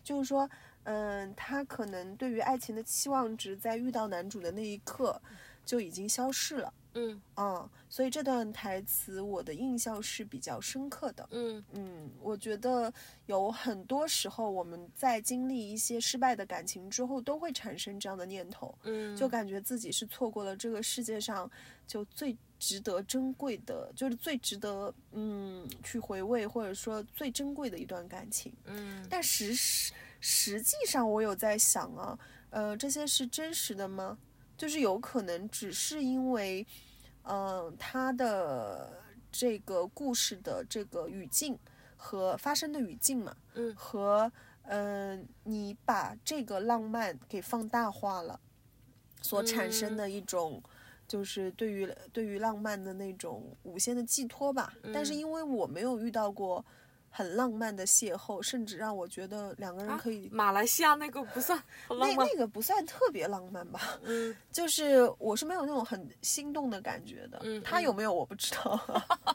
[SPEAKER 2] 就是说，嗯，他可能对于爱情的期望值，在遇到男主的那一刻就已经消逝了。
[SPEAKER 1] 嗯
[SPEAKER 2] 嗯，所以这段台词我的印象是比较深刻的。
[SPEAKER 1] 嗯
[SPEAKER 2] 嗯，我觉得有很多时候我们在经历一些失败的感情之后，都会产生这样的念头，
[SPEAKER 1] 嗯，
[SPEAKER 2] 就感觉自己是错过了这个世界上就最值得珍贵的，就是最值得嗯去回味或者说最珍贵的一段感情。
[SPEAKER 1] 嗯
[SPEAKER 2] 但实实实际上，我有在想啊，呃，这些是真实的吗？就是有可能只是因为，呃，他的这个故事的这个语境和发生的语境嘛，
[SPEAKER 1] 嗯
[SPEAKER 2] 和嗯、呃你把这个浪漫给放大化了，所产生
[SPEAKER 1] 嗯
[SPEAKER 2] 的一种。就是对于对于浪漫的那种无限的寄托吧，但是
[SPEAKER 1] 嗯
[SPEAKER 2] 因为我没有遇到过很浪漫的邂逅，甚至让我觉得两个人
[SPEAKER 1] 啊
[SPEAKER 2] 可以，
[SPEAKER 1] 马来西亚那个不算很
[SPEAKER 2] 那
[SPEAKER 1] 浪漫，
[SPEAKER 2] 那个不算特别浪漫吧，
[SPEAKER 1] 嗯
[SPEAKER 2] 就是我是没有那种很心动的感觉的。
[SPEAKER 1] 嗯
[SPEAKER 2] 他
[SPEAKER 1] 嗯
[SPEAKER 2] 有没有我不知道，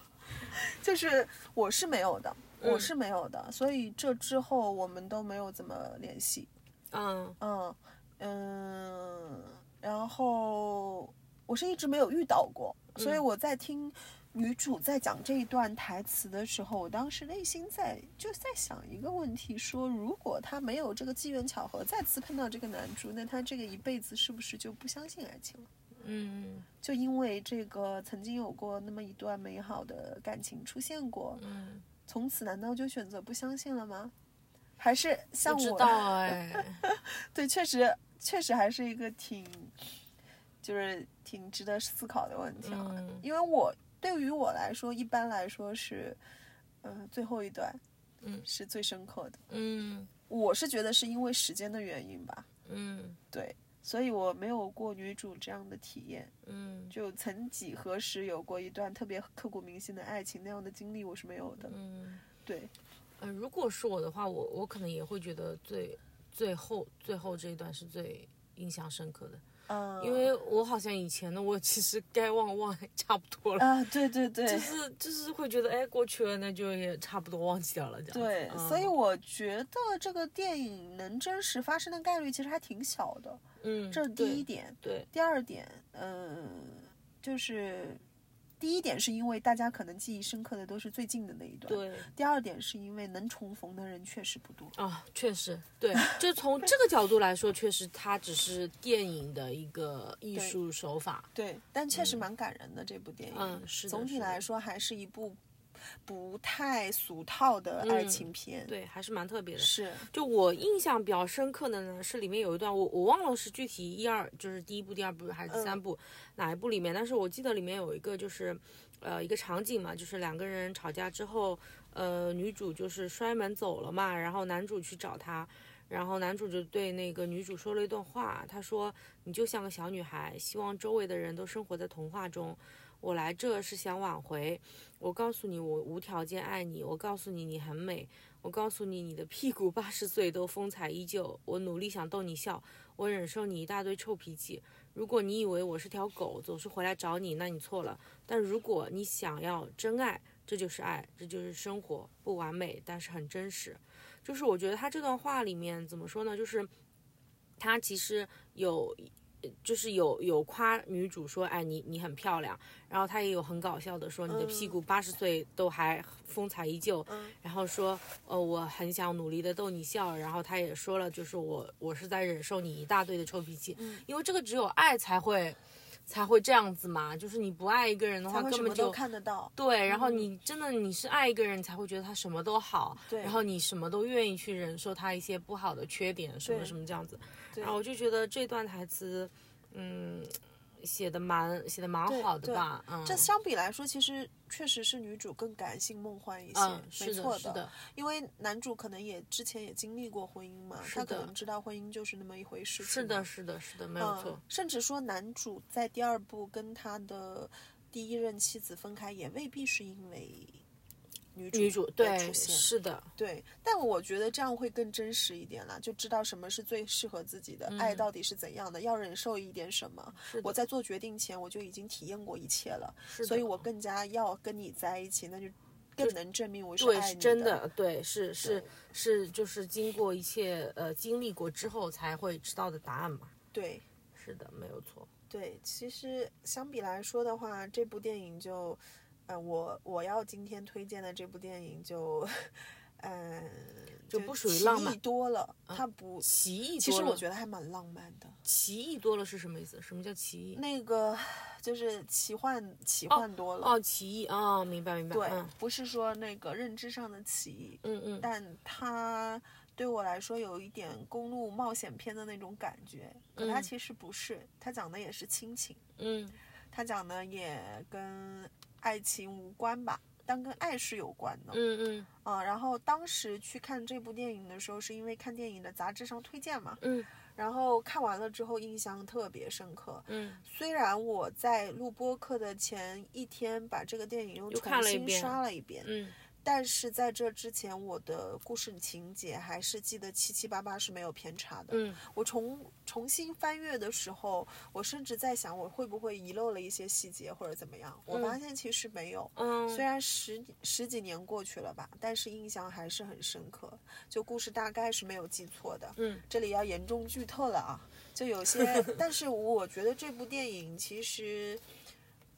[SPEAKER 2] 就是我是没有的，我
[SPEAKER 1] 嗯
[SPEAKER 2] 是没有的，所以这之后我们都没有怎么联系。
[SPEAKER 1] 嗯
[SPEAKER 2] 嗯嗯，然后我是一直没有遇到过，所
[SPEAKER 1] 嗯
[SPEAKER 2] 以我在听女主在讲这一段台词的时候，我当时内心在就在想一个问题：说如果她没有这个机缘巧合再次碰到这个男主，那她这个一辈子是不是就不相信爱情了？
[SPEAKER 1] 嗯
[SPEAKER 2] 就因为这个曾经有过那么一段美好的感情出现过，
[SPEAKER 1] 嗯，
[SPEAKER 2] 从此难道就选择不相信了吗？还是像
[SPEAKER 1] 不知
[SPEAKER 2] 我
[SPEAKER 1] 道哎，
[SPEAKER 2] 对，确实确实还是一个挺，就是挺值得思考的问题啊。
[SPEAKER 1] 嗯
[SPEAKER 2] 因为我对于我来说，一般来说是，嗯、最后一段，
[SPEAKER 1] 嗯
[SPEAKER 2] 是最深刻的。
[SPEAKER 1] 嗯
[SPEAKER 2] 我是觉得是因为时间的原因吧，
[SPEAKER 1] 嗯
[SPEAKER 2] 对，所以我没有过女主这样的体验。
[SPEAKER 1] 嗯
[SPEAKER 2] 就曾几何时有过一段特别刻骨铭心的爱情那样的经历，我是没有的。
[SPEAKER 1] 嗯，
[SPEAKER 2] 对，
[SPEAKER 1] 呃，如果是我的话，我我可能也会觉得最最后最后这一段是最印象深刻的，
[SPEAKER 2] 嗯，
[SPEAKER 1] 因为我好像以前的我其实该忘忘也差不多了。
[SPEAKER 2] 啊，对对对，
[SPEAKER 1] 就是就是会觉得，哎，过去了，那就也差不多忘记掉了，这样子。
[SPEAKER 2] 对，
[SPEAKER 1] 嗯
[SPEAKER 2] 所以我觉得这个电影能真实发生的概率其实还挺小的，
[SPEAKER 1] 嗯，
[SPEAKER 2] 这是第
[SPEAKER 1] 对
[SPEAKER 2] 一，点。
[SPEAKER 1] 对，
[SPEAKER 2] 第二点，嗯，就是第一点是因为大家可能记忆深刻的都是最近的那一段，。
[SPEAKER 1] 对
[SPEAKER 2] 第二点是因为能重逢的人确实不多，
[SPEAKER 1] 啊，确实， 对，就从这个角度来说，确实它只是电影的一个艺
[SPEAKER 2] 对
[SPEAKER 1] 术手法。
[SPEAKER 2] 对，但确实蛮感人的、这部电影。
[SPEAKER 1] 嗯是的
[SPEAKER 2] 总体
[SPEAKER 1] 是的
[SPEAKER 2] 来说还是一部不太俗套的爱
[SPEAKER 1] 嗯
[SPEAKER 2] 情片。，
[SPEAKER 1] 对，还是蛮特别的。
[SPEAKER 2] 是，
[SPEAKER 1] 就我印象比较深刻的呢，是里面有一段我我忘了是具体一二，就是第一部、第二部还是第三部、哪一部里面，但是我记得里面有一个就是，呃，一个场景嘛，就是两个人吵架之后，呃，女主就是摔门走了嘛，然后男主去找她。然后男主就对那个女主说了一段话，他说：“你就像个小女孩，希望周围的人都生活在童话中。我来这是想挽回。我告诉你，我无条件爱你。我告诉你，你很美。我告诉你，你的屁股八十岁都风采依旧。我努力想逗你笑，我忍受你一大堆臭脾气。如果你以为我是条狗，总是回来找你，那你错了。但如果你想要真爱，这就是爱，这就是生活。不完美，但是很真实。就是我觉得他这段话里面怎么说呢？就是他其实有。呃就是有有夸女主说，哎，你你很漂亮，然后他也有很搞笑的说，你的
[SPEAKER 2] 嗯
[SPEAKER 1] 屁股八十岁都还风采依旧，然后说，呃，我很想努力的逗你笑，然后他也说了，就是我我是在忍受你一大堆的臭脾气，
[SPEAKER 2] 嗯
[SPEAKER 1] 因为这个只有爱才会才会这样子嘛，就是你不爱一个人的话，
[SPEAKER 2] 他会什
[SPEAKER 1] 根
[SPEAKER 2] 么
[SPEAKER 1] 本
[SPEAKER 2] 都
[SPEAKER 1] 就
[SPEAKER 2] 看得到。
[SPEAKER 1] 对，然后
[SPEAKER 2] 嗯
[SPEAKER 1] 你真的你是爱一个人，你才会觉得他什么都好，
[SPEAKER 2] 对
[SPEAKER 1] 然后你什么都愿意去忍受他一些不好的缺点，什么
[SPEAKER 2] 对
[SPEAKER 1] 什么这样子。
[SPEAKER 2] 对
[SPEAKER 1] 然后我就觉得这段台词，嗯，写的蛮写的蛮
[SPEAKER 2] 对
[SPEAKER 1] 好的
[SPEAKER 2] 对
[SPEAKER 1] 吧，嗯，
[SPEAKER 2] 这相比来说，其实确实是女主更感性梦幻一些，
[SPEAKER 1] 嗯
[SPEAKER 2] 没
[SPEAKER 1] 是
[SPEAKER 2] 错
[SPEAKER 1] 的，是的，
[SPEAKER 2] 因为男主可能也之前也经历过婚姻嘛，
[SPEAKER 1] 是
[SPEAKER 2] 他可
[SPEAKER 1] 的
[SPEAKER 2] 能知道婚姻就是那么一回事情
[SPEAKER 1] 是的，
[SPEAKER 2] 嘛，
[SPEAKER 1] 是的，是的，没有
[SPEAKER 2] 嗯
[SPEAKER 1] 错，，
[SPEAKER 2] 甚至说男主在第二部跟他的第一任妻子分开，也未必是因为女主
[SPEAKER 1] 女主
[SPEAKER 2] 的
[SPEAKER 1] 对
[SPEAKER 2] 出现，
[SPEAKER 1] 是的，
[SPEAKER 2] 对，但我觉得这样会更真实一点啦，就知道什么是最适合自己的，爱到底是怎样的，要忍受一点什么。
[SPEAKER 1] 嗯是
[SPEAKER 2] 我
[SPEAKER 1] 的，
[SPEAKER 2] 在做决定前我就已经体验过一切了，
[SPEAKER 1] 是
[SPEAKER 2] 所以
[SPEAKER 1] 的
[SPEAKER 2] 我更加要跟你在一起，那就更能证明我是
[SPEAKER 1] 对
[SPEAKER 2] 爱
[SPEAKER 1] 是
[SPEAKER 2] 你
[SPEAKER 1] 真
[SPEAKER 2] 的。
[SPEAKER 1] 的，对是是
[SPEAKER 2] 对
[SPEAKER 1] 是，就是经过一切呃经历过之后才会知道的答案嘛，
[SPEAKER 2] 对
[SPEAKER 1] 是的，没有错，
[SPEAKER 2] 对，其实相比来说的话，这部电影就，呃，我我要今天推荐的这部电影就，嗯、
[SPEAKER 1] 就不属于浪漫嗯
[SPEAKER 2] 奇异多了，它不。
[SPEAKER 1] 奇异
[SPEAKER 2] 其实
[SPEAKER 1] 多
[SPEAKER 2] 我
[SPEAKER 1] 了
[SPEAKER 2] 觉得还蛮浪漫的，
[SPEAKER 1] 奇异多了是什么意思？什么叫奇异？
[SPEAKER 2] 那个就是奇幻奇幻多了，
[SPEAKER 1] 哦，奇异啊、哦，明白明白。
[SPEAKER 2] 对，
[SPEAKER 1] 嗯
[SPEAKER 2] 不是说那个认知上的奇异，
[SPEAKER 1] 嗯嗯，
[SPEAKER 2] 但它对我来说有一点公路冒险片的那种感觉，可它
[SPEAKER 1] 嗯
[SPEAKER 2] 其实不是，它讲的也是亲情，
[SPEAKER 1] 嗯
[SPEAKER 2] 它讲的也跟爱情无关吧，但跟爱是有关的。
[SPEAKER 1] 嗯嗯
[SPEAKER 2] 啊，然后当时去看这部电影的时候，是因为看电影的杂志上推荐嘛，
[SPEAKER 1] 嗯
[SPEAKER 2] 然后看完了之后印象特别深刻。
[SPEAKER 1] 嗯
[SPEAKER 2] 虽然我在录播课的前一天把这个电影又
[SPEAKER 1] 又
[SPEAKER 2] 重
[SPEAKER 1] 看了一
[SPEAKER 2] 新
[SPEAKER 1] 遍
[SPEAKER 2] 刷了一遍，
[SPEAKER 1] 嗯
[SPEAKER 2] 但是在这之前，我的故事情节还是记得七七八八是没有偏差的。
[SPEAKER 1] 嗯，
[SPEAKER 2] 我重重新翻阅的时候，我甚至在想，我会不会遗漏了一些细节或者怎么样？我发现其实没有。
[SPEAKER 1] 嗯，
[SPEAKER 2] 虽然十十几年过去了吧，但是印象还是很深刻。就故事大概是没有记错的。
[SPEAKER 1] 嗯，
[SPEAKER 2] 这里要严重剧透了啊！就有 些，但是我觉得这部电影其实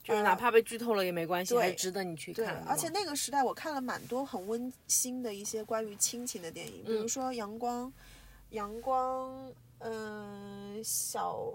[SPEAKER 1] 就是嗯哪怕被剧透了也没关系，
[SPEAKER 2] 对
[SPEAKER 1] 还是值得你去
[SPEAKER 2] 对
[SPEAKER 1] 看。，
[SPEAKER 2] 而且那个时代我看了蛮多很温馨的一些关于亲情的电影，比如
[SPEAKER 1] 嗯
[SPEAKER 2] 说《阳光》，阳光，嗯、小，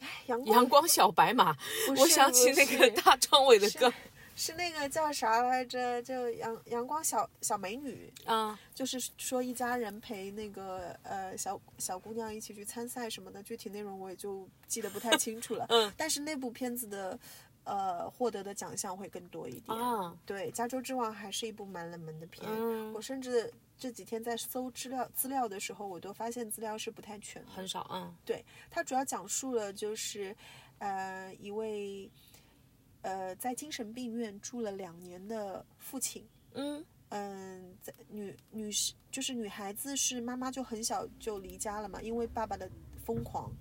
[SPEAKER 2] 哎，阳光，
[SPEAKER 1] 阳光小白马，
[SPEAKER 2] 不是
[SPEAKER 1] 我想起那个
[SPEAKER 2] 不是
[SPEAKER 1] 大张伟的歌
[SPEAKER 2] 是那个叫啥来着？就阳阳光小小美女，
[SPEAKER 1] 啊，
[SPEAKER 2] 就是说一家人陪那个呃小小姑娘一起去参赛什么的，具体内容我也就记得不太清楚了。
[SPEAKER 1] 嗯，
[SPEAKER 2] 但是那部片子的呃获得的奖项会更多一点。
[SPEAKER 1] 啊，
[SPEAKER 2] 对，《加州之王》还是一部蛮冷门的片。
[SPEAKER 1] 嗯
[SPEAKER 2] 我甚至这几天在搜资料资料的时候，我都发现资料是不太全的。
[SPEAKER 1] 很少啊，
[SPEAKER 2] 它主要讲述了就是，呃，一位呃在精神病院住了两年的父亲。
[SPEAKER 1] 嗯
[SPEAKER 2] 嗯，在女女是就是女孩子是妈妈就很小就离家了嘛，因为爸爸的疯狂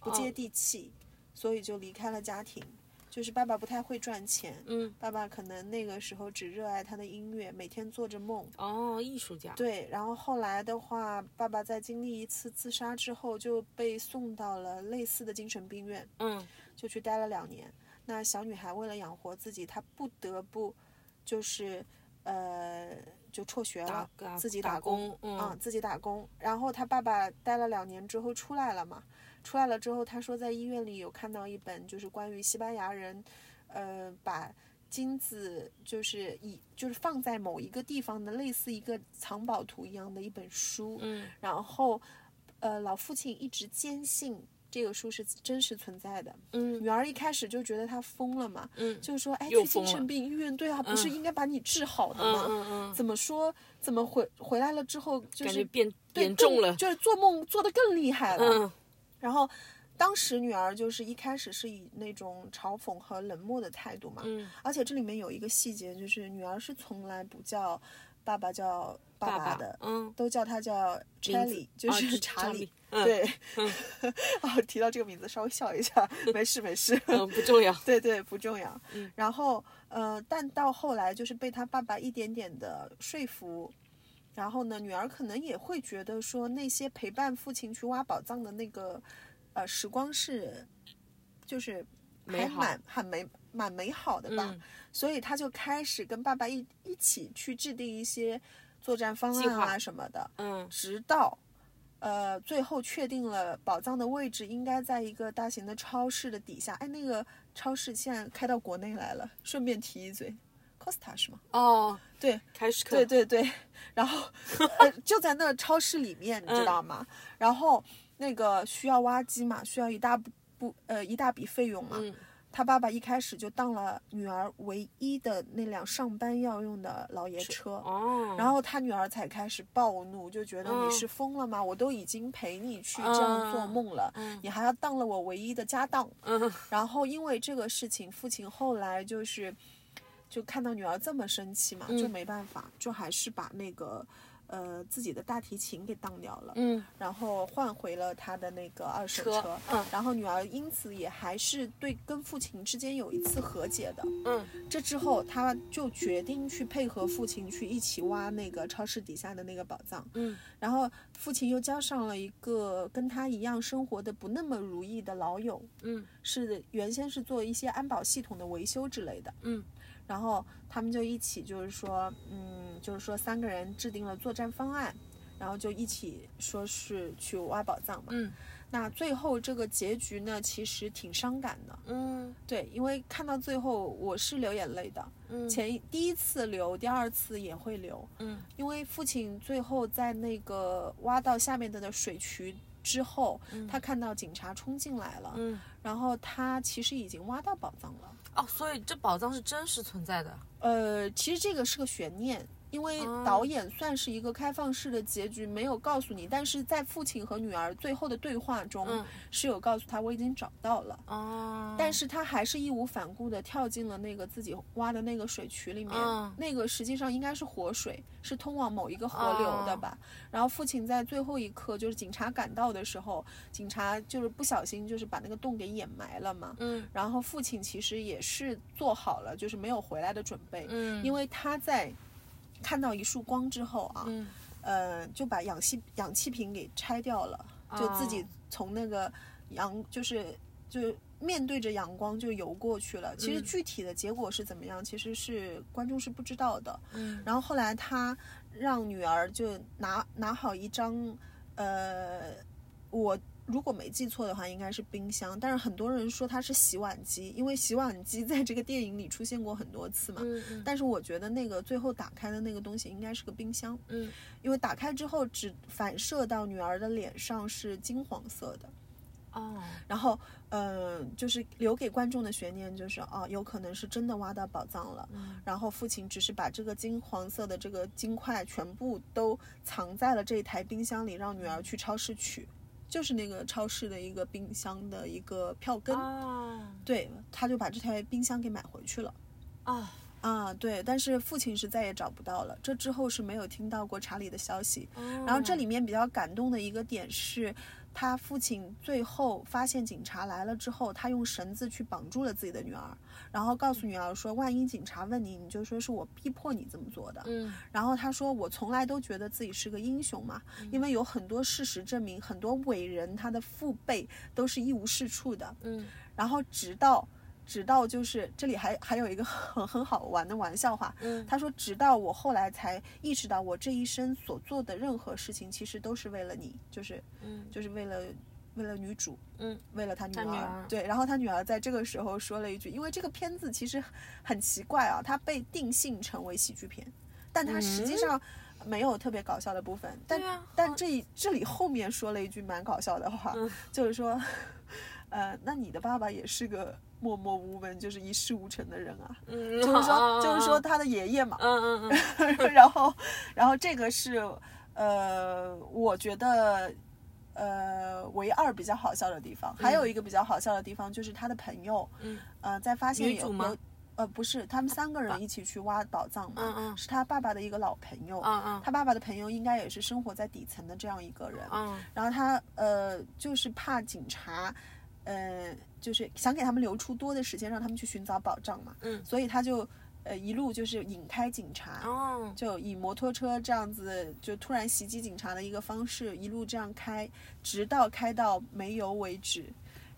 [SPEAKER 2] 不接
[SPEAKER 1] 哦
[SPEAKER 2] 地气，所以就离开了家庭。就是爸爸不太会赚钱，
[SPEAKER 1] 嗯，
[SPEAKER 2] 爸爸可能那个时候只热爱他的音乐，每天做着梦。
[SPEAKER 1] 哦，艺术家，
[SPEAKER 2] 对，然后后来的话，爸爸在经历一次自杀之后，就被送到了类似的精神病院，
[SPEAKER 1] 嗯
[SPEAKER 2] 就去待了两年。那小女孩为了养活自己，她不得不就是呃就辍学了
[SPEAKER 1] 打，打
[SPEAKER 2] 自己
[SPEAKER 1] 打
[SPEAKER 2] 打工
[SPEAKER 1] 工嗯
[SPEAKER 2] 啊、自己打工。然后她爸爸待了两年之后出来了嘛，出来了之后，他说在医院里有看到一本就是关于西班牙人，呃，把金子就是以就是放在某一个地方的类似一个藏宝图一样的一本书，
[SPEAKER 1] 嗯
[SPEAKER 2] 然后，呃，老父亲一直坚信这个书是真实存在的。
[SPEAKER 1] 嗯
[SPEAKER 2] 女儿一开始就觉得他疯了嘛，
[SPEAKER 1] 嗯
[SPEAKER 2] 就说：“哎，
[SPEAKER 1] 又
[SPEAKER 2] 去精
[SPEAKER 1] 疯了
[SPEAKER 2] 神病医院，对啊，不是
[SPEAKER 1] 嗯
[SPEAKER 2] 应该把你治好的
[SPEAKER 1] 嗯
[SPEAKER 2] 吗？
[SPEAKER 1] 嗯嗯，
[SPEAKER 2] 怎么说？怎么回回来了之后就
[SPEAKER 1] 感觉
[SPEAKER 2] 是
[SPEAKER 1] 变
[SPEAKER 2] 对
[SPEAKER 1] 严重
[SPEAKER 2] 更
[SPEAKER 1] 了，
[SPEAKER 2] 就是做梦做得更厉害了。
[SPEAKER 1] 嗯
[SPEAKER 2] 然后。”当时女儿就是一开始是以那种嘲讽和冷漠的态度嘛，
[SPEAKER 1] 嗯
[SPEAKER 2] 而且这里面有一个细节，就是女儿是从来不叫爸爸叫爸
[SPEAKER 1] 爸
[SPEAKER 2] 的，
[SPEAKER 1] 嗯，
[SPEAKER 2] 都叫他叫查
[SPEAKER 1] 名字
[SPEAKER 2] 理，就
[SPEAKER 1] 啊
[SPEAKER 2] 是
[SPEAKER 1] 查
[SPEAKER 2] 查
[SPEAKER 1] 理
[SPEAKER 2] 理。
[SPEAKER 1] 嗯
[SPEAKER 2] 对， 哦，提到这个名字稍微笑 一下，没事没事。
[SPEAKER 1] 嗯不重要，
[SPEAKER 2] 对对，不重要。
[SPEAKER 1] 嗯
[SPEAKER 2] 然后呃，但到后来就是被他爸爸一点点的说服，然后呢，女儿可能也会觉得说那些陪伴父亲去挖宝藏的那个呃时光是，就是
[SPEAKER 1] 美
[SPEAKER 2] 还
[SPEAKER 1] 好
[SPEAKER 2] 蛮很美蛮美好的吧。
[SPEAKER 1] 嗯
[SPEAKER 2] 所以他就开始跟爸爸一一起去制定一些作战方
[SPEAKER 1] 计
[SPEAKER 2] 案
[SPEAKER 1] 划
[SPEAKER 2] 啊什么的，
[SPEAKER 1] 嗯
[SPEAKER 2] 直到呃最后确定了宝藏的位置应该在一个大型的超市的底下。哎，那个超市现在开到国内来了，顺便提一嘴，Costa 是吗？
[SPEAKER 1] 哦，
[SPEAKER 2] 对，
[SPEAKER 1] 开始
[SPEAKER 2] 对对对， 然后、呃、就在那超市里面，你知
[SPEAKER 1] 嗯
[SPEAKER 2] 道吗？然后那个需要挖机嘛，需要一大部不呃一大笔费用嘛。
[SPEAKER 1] 嗯
[SPEAKER 2] 他爸爸一开始就当了女儿唯一的那辆上班要用的老爷车，
[SPEAKER 1] 哦，
[SPEAKER 2] 然后他女儿才开始暴怒，就觉得
[SPEAKER 1] 嗯
[SPEAKER 2] 你是疯了吗？我都已经陪你去这样做梦了，
[SPEAKER 1] 嗯
[SPEAKER 2] 你还要当了我唯一的家当。
[SPEAKER 1] 嗯
[SPEAKER 2] 然后因为这个事情，父亲后来就是就看到女儿这么生气嘛，就
[SPEAKER 1] 嗯
[SPEAKER 2] 没办法，就还是把那个呃自己的大提琴给当掉了。
[SPEAKER 1] 嗯
[SPEAKER 2] 然后换回了他的那个二手
[SPEAKER 1] 车
[SPEAKER 2] 车，
[SPEAKER 1] 嗯
[SPEAKER 2] 然后女儿因此也还是对跟父亲之间有一次和解的。
[SPEAKER 1] 嗯
[SPEAKER 2] 这之后，他就决定去配合父亲去一起挖那个超市底下的那个宝藏。
[SPEAKER 1] 嗯
[SPEAKER 2] 然后父亲又交上了一个跟他一样生活的不那么如意的老友，
[SPEAKER 1] 嗯
[SPEAKER 2] 是原先是做一些安保系统的维修之类的。
[SPEAKER 1] 嗯
[SPEAKER 2] 然后他们就一起就是说，嗯，就是说三个人制定了作战方案，然后就一起说是去挖宝藏嘛。
[SPEAKER 1] 嗯
[SPEAKER 2] 那最后这个结局呢，其实挺伤感的。
[SPEAKER 1] 嗯
[SPEAKER 2] 对，因为看到最后我是流眼泪的，
[SPEAKER 1] 嗯
[SPEAKER 2] 前一第一次流，第二次也会流，
[SPEAKER 1] 嗯
[SPEAKER 2] 因为父亲最后在那个挖到下面的的水渠之后，他看到警察冲进来了，
[SPEAKER 1] 嗯
[SPEAKER 2] 然后他其实已经挖到宝藏了。
[SPEAKER 1] 哦，所以这宝藏是真实存在的，
[SPEAKER 2] 呃，其实这个是个悬念，因为
[SPEAKER 1] 哦
[SPEAKER 2] 导演算是一个开放式的结局，没有告诉你，但是在父亲和女儿最后的对话中、
[SPEAKER 1] 嗯
[SPEAKER 2] 是有告诉他我已经找到了。
[SPEAKER 1] 哦，
[SPEAKER 2] 但是他还是义无反顾地跳进了那个自己挖的那个水渠里面，
[SPEAKER 1] 嗯
[SPEAKER 2] 那个实际上应该是活水，是通往某一个河流的
[SPEAKER 1] 哦
[SPEAKER 2] 吧。然后父亲在最后一刻，就是警察赶到的时候，警察就是不小心就是把那个洞给掩埋了嘛。
[SPEAKER 1] 嗯
[SPEAKER 2] 然后父亲其实也是做好了就是没有回来的准备，
[SPEAKER 1] 嗯，
[SPEAKER 2] 因
[SPEAKER 1] 为
[SPEAKER 2] 为他在看到一束光之后啊，
[SPEAKER 1] 嗯
[SPEAKER 2] 呃，就把氧气氧气瓶给拆掉了，就自己从那个阳就是就面对着阳光就游过去了。其实
[SPEAKER 1] 嗯
[SPEAKER 2] 具体的结果是怎么样，其实是观众是不知道的。
[SPEAKER 1] 嗯
[SPEAKER 2] 然后后来他让女儿就拿拿好一张，呃，我如果没记错的话，应该是冰箱，但是很多人说它是洗碗机，因为洗碗机在这个电影里出现过很多次嘛。
[SPEAKER 1] 嗯嗯
[SPEAKER 2] 但是我觉得那个最后打开的那个东西应该是个冰箱，
[SPEAKER 1] 嗯
[SPEAKER 2] 因为打开之后只反射到女儿的脸上是金黄色的。
[SPEAKER 1] 哦
[SPEAKER 2] 然后，呃，就是留给观众的悬念就是，哦，有可能是真的挖到宝藏了。
[SPEAKER 1] 嗯
[SPEAKER 2] 然后父亲只是把这个金黄色的这个金块全部都藏在了这一台冰箱里，让女儿去超市取，就是那个超市的一个冰箱的一个票根，
[SPEAKER 1] 哦
[SPEAKER 2] 对，他就把这台冰箱给买回去了。
[SPEAKER 1] 哦
[SPEAKER 2] 啊，对，但是父亲是再也找不到了。这之后是没有听到过查理的消息。然后这里面比较感动的一个点是，他父亲最后发现警察来了之后，他用绳子去绑住了自己的女儿，然后告诉女儿说，万一警察问你，你就说是我逼迫你这么做的。
[SPEAKER 1] 嗯
[SPEAKER 2] 然后他说，我从来都觉得自己是个英雄嘛，
[SPEAKER 1] 嗯
[SPEAKER 2] 因为有很多事实证明，很多伟人他的父辈都是一无是处的。
[SPEAKER 1] 嗯
[SPEAKER 2] 然后直到直到就是这里还还有一个 很很好玩的玩笑话，
[SPEAKER 1] 嗯
[SPEAKER 2] 他说直到我后来才意识到，我这一生所做的任何事情其实都是为了你，就是
[SPEAKER 1] 嗯
[SPEAKER 2] 就是为了为了女主，
[SPEAKER 1] 嗯，
[SPEAKER 2] 为了他女
[SPEAKER 1] 他
[SPEAKER 2] 儿，
[SPEAKER 1] 女儿
[SPEAKER 2] 对。然后他女儿在这个时候说了一句，因为这个片子其实很奇怪啊，它被定性成为喜剧片，但它实际上。没有特别搞笑的部分，但、
[SPEAKER 1] 嗯对啊
[SPEAKER 2] 但
[SPEAKER 1] 好嗯
[SPEAKER 2] 这一这里后面说了一句蛮搞笑的话，就是说， 呃，那你的爸爸也是个默默无闻，就是一事无成的人啊，
[SPEAKER 1] 嗯，
[SPEAKER 2] 就是说就是说
[SPEAKER 1] 嗯
[SPEAKER 2] 他的爷爷嘛，
[SPEAKER 1] 嗯嗯嗯
[SPEAKER 2] 然后，然后这个是，呃，我觉得，呃，唯二比较好笑的地方。还有一个比较好笑的地方就是他的朋友，
[SPEAKER 1] 嗯
[SPEAKER 2] 呃，在发现
[SPEAKER 1] 女
[SPEAKER 2] 有
[SPEAKER 1] 主吗
[SPEAKER 2] 有，呃，不是，他们三个人一起去挖宝藏嘛，
[SPEAKER 1] 嗯嗯
[SPEAKER 2] 是他爸爸的一个老朋友，
[SPEAKER 1] 嗯
[SPEAKER 2] 他爸爸的朋友应该也是生活在底层的这样一个人，
[SPEAKER 1] 嗯
[SPEAKER 2] 然后他呃就是怕警察，呃就是想给他们留出多的时间让他们去寻找宝藏嘛，
[SPEAKER 1] 嗯
[SPEAKER 2] 所以他就呃一路就是引开警察，
[SPEAKER 1] 哦
[SPEAKER 2] 就以摩托车这样子就突然袭击警察的一个方式，一路这样开，直到开到没油为止。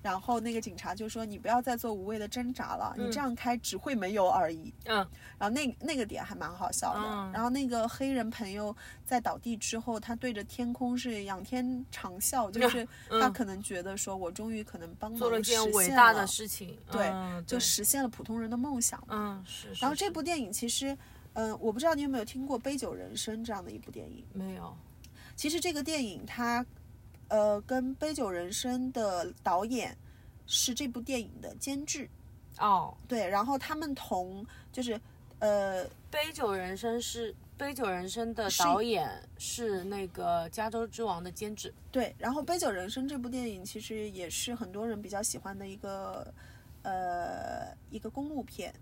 [SPEAKER 2] 然后那个警察就说：“你不要再做无谓的挣扎了，你这样开只会没油而已。
[SPEAKER 1] 嗯”
[SPEAKER 2] 然后那那个点还蛮好笑的。
[SPEAKER 1] 嗯
[SPEAKER 2] 然后那个黑人朋友在倒地之后，他对着天空是仰天长啸，就是他可能觉得说：“我终于可能帮忙
[SPEAKER 1] 啊嗯做了
[SPEAKER 2] 实
[SPEAKER 1] 件伟
[SPEAKER 2] 现
[SPEAKER 1] 大
[SPEAKER 2] 了
[SPEAKER 1] 的事情，
[SPEAKER 2] 对
[SPEAKER 1] 嗯
[SPEAKER 2] 就
[SPEAKER 1] 对
[SPEAKER 2] 实现了普通人的梦想。”
[SPEAKER 1] 嗯是，是
[SPEAKER 2] 然后这
[SPEAKER 1] 是
[SPEAKER 2] 部电影其实，嗯、我不知道你有没有听过《杯酒人生》这样的一部电影。
[SPEAKER 1] 没有
[SPEAKER 2] 其实这个电影它，呃，跟《杯酒人生》的导演是这部电影的监制，
[SPEAKER 1] 哦，
[SPEAKER 2] 对，然后他们同就是，呃，
[SPEAKER 1] 《杯酒人生》是《杯酒人生》的
[SPEAKER 2] 是
[SPEAKER 1] 导演是那个《加州之王》的监制，
[SPEAKER 2] 对，然后《杯酒人生》这部电影其实也是很多人比较喜欢的一个，呃，一个公路片。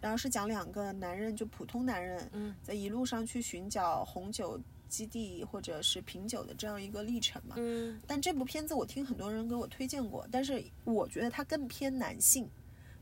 [SPEAKER 2] 然后是讲两个男人，就普通男人，
[SPEAKER 1] 嗯
[SPEAKER 2] 在一路上去寻找红酒基地或者是品酒的这样一个历程嘛。
[SPEAKER 1] 嗯
[SPEAKER 2] 但这部片子我听很多人给我推荐过，但是我觉得它更偏男性，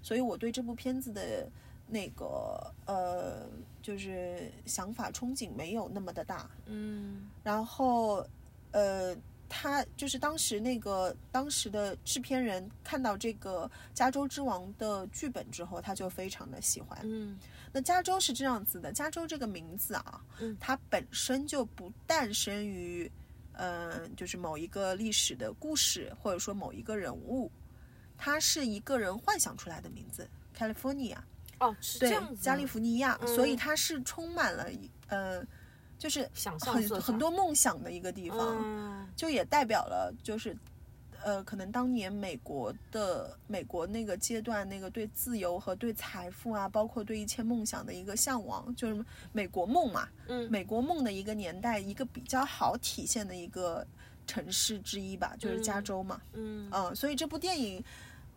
[SPEAKER 2] 所以我对这部片子的那个呃，就是想法憧憬没有那么的大。
[SPEAKER 1] 嗯
[SPEAKER 2] 然后呃，他就是当时那个当时的制片人看到这个《加州之王》的剧本之后，他就非常的喜欢。
[SPEAKER 1] 嗯
[SPEAKER 2] 那加州是这样子的，加州这个名字啊，
[SPEAKER 1] 嗯
[SPEAKER 2] 它本身就不诞生于，呃，就是某一个历史的故事，或者说某一个人物，它是一个人幻想出来的名字，California，
[SPEAKER 1] 哦是这
[SPEAKER 2] 对
[SPEAKER 1] 样，子
[SPEAKER 2] 加
[SPEAKER 1] 啊，
[SPEAKER 2] 利福尼亚，所以
[SPEAKER 1] 嗯
[SPEAKER 2] 它是充满了一，呃，就是
[SPEAKER 1] 想象
[SPEAKER 2] 很
[SPEAKER 1] 色彩
[SPEAKER 2] 很多梦想的一个地方，
[SPEAKER 1] 嗯
[SPEAKER 2] 就也代表了就是。呃，可能当年美国的美国那个阶段，那个对自由和对财富啊，包括对一切梦想的一个向往，就是美国梦嘛，
[SPEAKER 1] 嗯
[SPEAKER 2] 美国梦的一个年代，一个比较好体现的一个城市之一吧，就是加
[SPEAKER 1] 嗯
[SPEAKER 2] 州嘛，
[SPEAKER 1] 嗯
[SPEAKER 2] 嗯，所以这部电影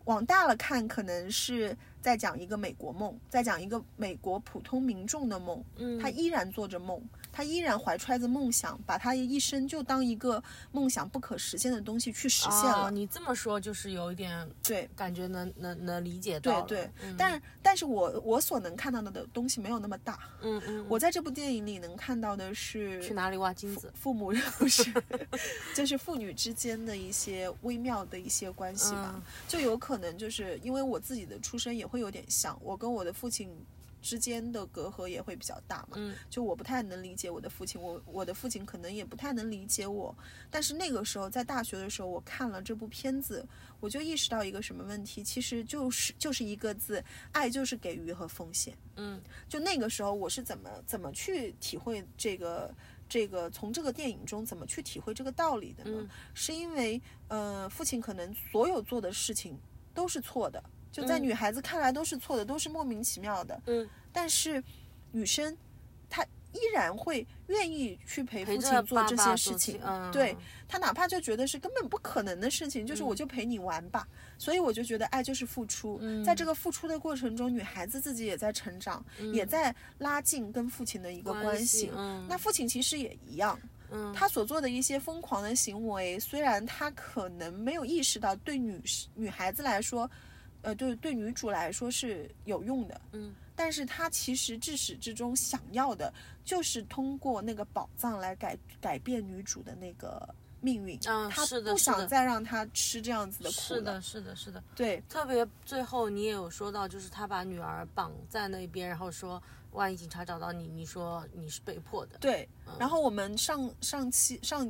[SPEAKER 2] 往大了看，可能是在讲一个美国梦，在讲一个美国普通民众的梦。
[SPEAKER 1] 嗯，
[SPEAKER 2] 他依然做着梦，他依然怀揣着梦想，把他一生就当一个梦想不可实现的东西去实现了。
[SPEAKER 1] 哦你这么说就是有一点
[SPEAKER 2] 对
[SPEAKER 1] 感觉能能能理解
[SPEAKER 2] 对
[SPEAKER 1] 到了
[SPEAKER 2] 对，
[SPEAKER 1] 嗯
[SPEAKER 2] 但但是我我所能看到的东西没有那么大。
[SPEAKER 1] 嗯嗯，
[SPEAKER 2] 我在这部电影里能看到的是
[SPEAKER 1] 去哪里挖金子？
[SPEAKER 2] 父母 不是，就是父女之间的一些微妙的一些关系吧，
[SPEAKER 1] 嗯
[SPEAKER 2] 就有可能就是因为我自己的出身也会有点像，我跟我的父亲之间的隔阂也会比较大嘛，
[SPEAKER 1] 嗯
[SPEAKER 2] 就我不太能理解我的父亲，我我的父亲可能也不太能理解我，但是那个时候在大学的时候，我看了这部片子，我就意识到一个什么问题，其实就是就是一个字，爱就是给予和奉献。
[SPEAKER 1] 嗯
[SPEAKER 2] 就那个时候我是怎么怎么去体会这个这个从这个电影中怎么去体会这个道理的呢？
[SPEAKER 1] 嗯
[SPEAKER 2] 是因为呃，父亲可能所有做的事情都是错的，就在
[SPEAKER 1] 嗯
[SPEAKER 2] 女孩子看来都是错的，都是莫名其妙的，
[SPEAKER 1] 嗯，
[SPEAKER 2] 但是女生她依然会愿意去陪
[SPEAKER 1] 陪
[SPEAKER 2] 父
[SPEAKER 1] 着
[SPEAKER 2] 亲
[SPEAKER 1] 爸
[SPEAKER 2] 做
[SPEAKER 1] 爸
[SPEAKER 2] 这些事情
[SPEAKER 1] 起，嗯，
[SPEAKER 2] 对他哪怕就觉得是根本不可能的事情，就是我
[SPEAKER 1] 嗯
[SPEAKER 2] 就陪你玩吧。所以我就觉得爱就是付出，
[SPEAKER 1] 嗯
[SPEAKER 2] 在这个付出的过程中，女孩子自己也在成长，也
[SPEAKER 1] 嗯
[SPEAKER 2] 在拉近跟父亲的一个关系。
[SPEAKER 1] 嗯，
[SPEAKER 2] 那父亲其实也一样，
[SPEAKER 1] 嗯
[SPEAKER 2] 他所做的一些疯狂的行为，虽然他可能没有意识到，对女士女孩子来说，呃，对对女主来说是有用的，
[SPEAKER 1] 嗯，
[SPEAKER 2] 但是他其实至始至终想要的，就是通过那个宝藏来改改变女主的那个命运，
[SPEAKER 1] 嗯
[SPEAKER 2] 他
[SPEAKER 1] 是的
[SPEAKER 2] 不
[SPEAKER 1] 是
[SPEAKER 2] 想
[SPEAKER 1] 的
[SPEAKER 2] 再让她吃这样子的苦
[SPEAKER 1] 是
[SPEAKER 2] 了，
[SPEAKER 1] 的，是的，是的，
[SPEAKER 2] 对，
[SPEAKER 1] 特别最后你也有说到，就是他把女儿绑在那边，然后说万一警察找到你，你说你是被迫的。
[SPEAKER 2] 对，
[SPEAKER 1] 嗯
[SPEAKER 2] 然后我们上上期上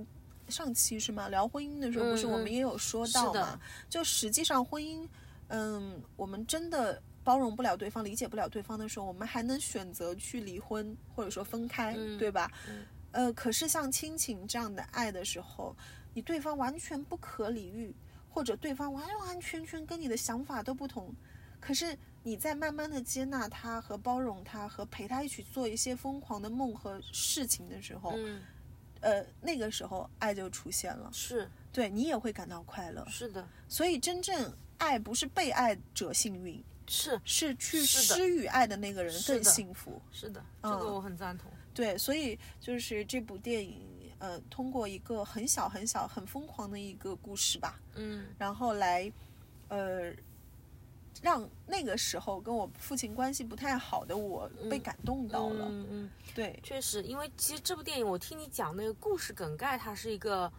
[SPEAKER 2] 上期是吗？聊婚姻的时候，不是
[SPEAKER 1] 嗯
[SPEAKER 2] 我们
[SPEAKER 1] 嗯
[SPEAKER 2] 也有说
[SPEAKER 1] 是
[SPEAKER 2] 到
[SPEAKER 1] 的
[SPEAKER 2] 嘛？就实际上婚姻，嗯，我们真的包容不了对方，理解不了对方的时候，我们还能选择去离婚或者说分开，
[SPEAKER 1] 嗯
[SPEAKER 2] 对吧？
[SPEAKER 1] 嗯
[SPEAKER 2] 呃，可是像亲情这样的爱的时候，你对方完全不可理喻，或者对方完完全全跟你的想法都不同，可是你在慢慢的接纳他和包容他和陪他一起做一些疯狂的梦和事情的时候，
[SPEAKER 1] 嗯，
[SPEAKER 2] 呃，那个时候爱就出现了，
[SPEAKER 1] 是
[SPEAKER 2] 对你也会感到快乐。
[SPEAKER 1] 是的，
[SPEAKER 2] 所以真正爱不是被爱者幸运，
[SPEAKER 1] 是
[SPEAKER 2] 是去
[SPEAKER 1] 是的
[SPEAKER 2] 施予爱的那个人
[SPEAKER 1] 是
[SPEAKER 2] 更
[SPEAKER 1] 的
[SPEAKER 2] 幸福。
[SPEAKER 1] 是的，这
[SPEAKER 2] 嗯
[SPEAKER 1] 个我很赞同。
[SPEAKER 2] 对，所以就是这部电影，呃，通过一个很小很小很疯狂的一个故事吧，
[SPEAKER 1] 嗯
[SPEAKER 2] 然后来，呃，让那个时候跟我父亲关系不太好的我被
[SPEAKER 1] 嗯
[SPEAKER 2] 感动到了。
[SPEAKER 1] 嗯嗯，
[SPEAKER 2] 对，
[SPEAKER 1] 确实，因为其实这部电影我听你讲那个故事梗概，它是一个，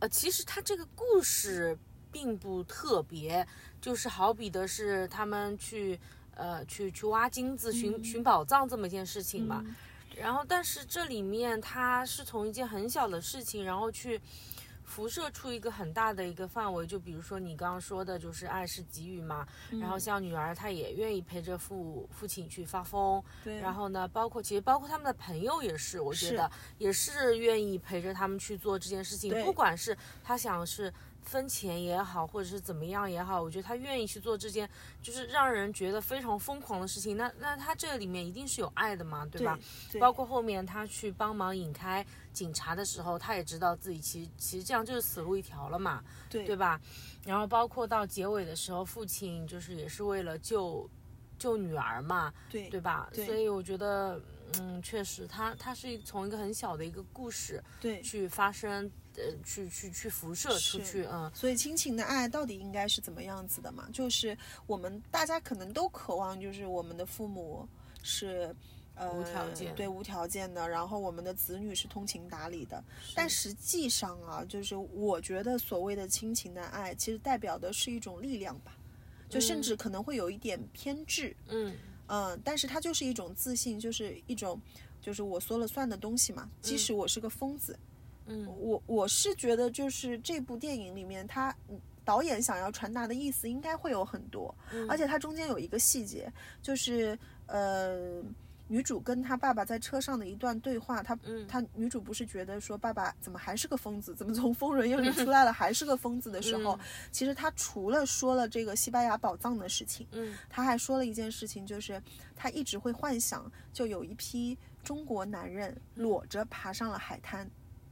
[SPEAKER 1] 呃，其实它这个故事并不特别，就是好比的是他们去。呃，去去挖金子、寻
[SPEAKER 2] 嗯
[SPEAKER 1] 寻宝藏这么一件事情吧，
[SPEAKER 2] 嗯
[SPEAKER 1] 然后，但是这里面它是从一件很小的事情，然后去辐射出一个很大的一个范围。就比如说你刚刚说的，就是爱是给予嘛，然
[SPEAKER 2] 嗯
[SPEAKER 1] 后像女儿她也愿意陪着父父亲去发疯，
[SPEAKER 2] 对，
[SPEAKER 1] 然后呢，包括其实包括他们的朋友也是，我觉
[SPEAKER 2] 是
[SPEAKER 1] 得也是愿意陪着他们去做这件事情，
[SPEAKER 2] 对
[SPEAKER 1] 不管是他想是分钱也好，或者是怎么样也好，我觉得他愿意去做这件就是让人觉得非常疯狂的事情。那那他这里面一定是有爱的嘛，对
[SPEAKER 2] 对
[SPEAKER 1] 吧？？
[SPEAKER 2] 对
[SPEAKER 1] 包括后面他去帮忙引开警察的时候，他也知道自己其实其实这样就是死路一条了嘛，
[SPEAKER 2] 对
[SPEAKER 1] 对吧？然后包括到结尾的时候，父亲就是也是为了救救女儿嘛，
[SPEAKER 2] 对
[SPEAKER 1] 对吧？
[SPEAKER 2] 对
[SPEAKER 1] 所以我觉得，嗯，确实他他是从一个很小的一个故事
[SPEAKER 2] 对，
[SPEAKER 1] 去发生，呃，去去去辐射出
[SPEAKER 2] 是
[SPEAKER 1] 去，嗯
[SPEAKER 2] 所以亲情的爱到底应该是怎么样子的嘛？就是我们大家可能都渴望，就是我们的父母是。呃，
[SPEAKER 1] 无条件
[SPEAKER 2] 对无条件的，然后我们的子女是通情达理的，但实际上啊，就是我觉得所谓的亲情的爱，其实代表的是一种力量吧，就甚
[SPEAKER 1] 嗯
[SPEAKER 2] 至可能会有一点偏执，
[SPEAKER 1] 嗯
[SPEAKER 2] 嗯，但是它就是一种自信，就是一种，就是我说了算的东西嘛。即
[SPEAKER 1] 嗯
[SPEAKER 2] 使我是个疯子，
[SPEAKER 1] 嗯
[SPEAKER 2] 我我是觉得，就是这部电影里面它，嗯导演想要传达的意思应该会有很多，
[SPEAKER 1] 嗯
[SPEAKER 2] 而且它中间有一个细节，就是呃，女主跟她爸爸在车上的一段对话，她
[SPEAKER 1] 嗯
[SPEAKER 2] 她女主不是觉得说爸爸怎么还是个疯子，怎么从疯人院里出来了还是个疯子的时候
[SPEAKER 1] 嗯，
[SPEAKER 2] 其实她除了说了这个西班牙宝藏的事情，
[SPEAKER 1] 嗯
[SPEAKER 2] 她还说了一件事情，就是她一直会幻想，就有一批中国男人
[SPEAKER 1] 嗯
[SPEAKER 2] 裸着爬上了海滩，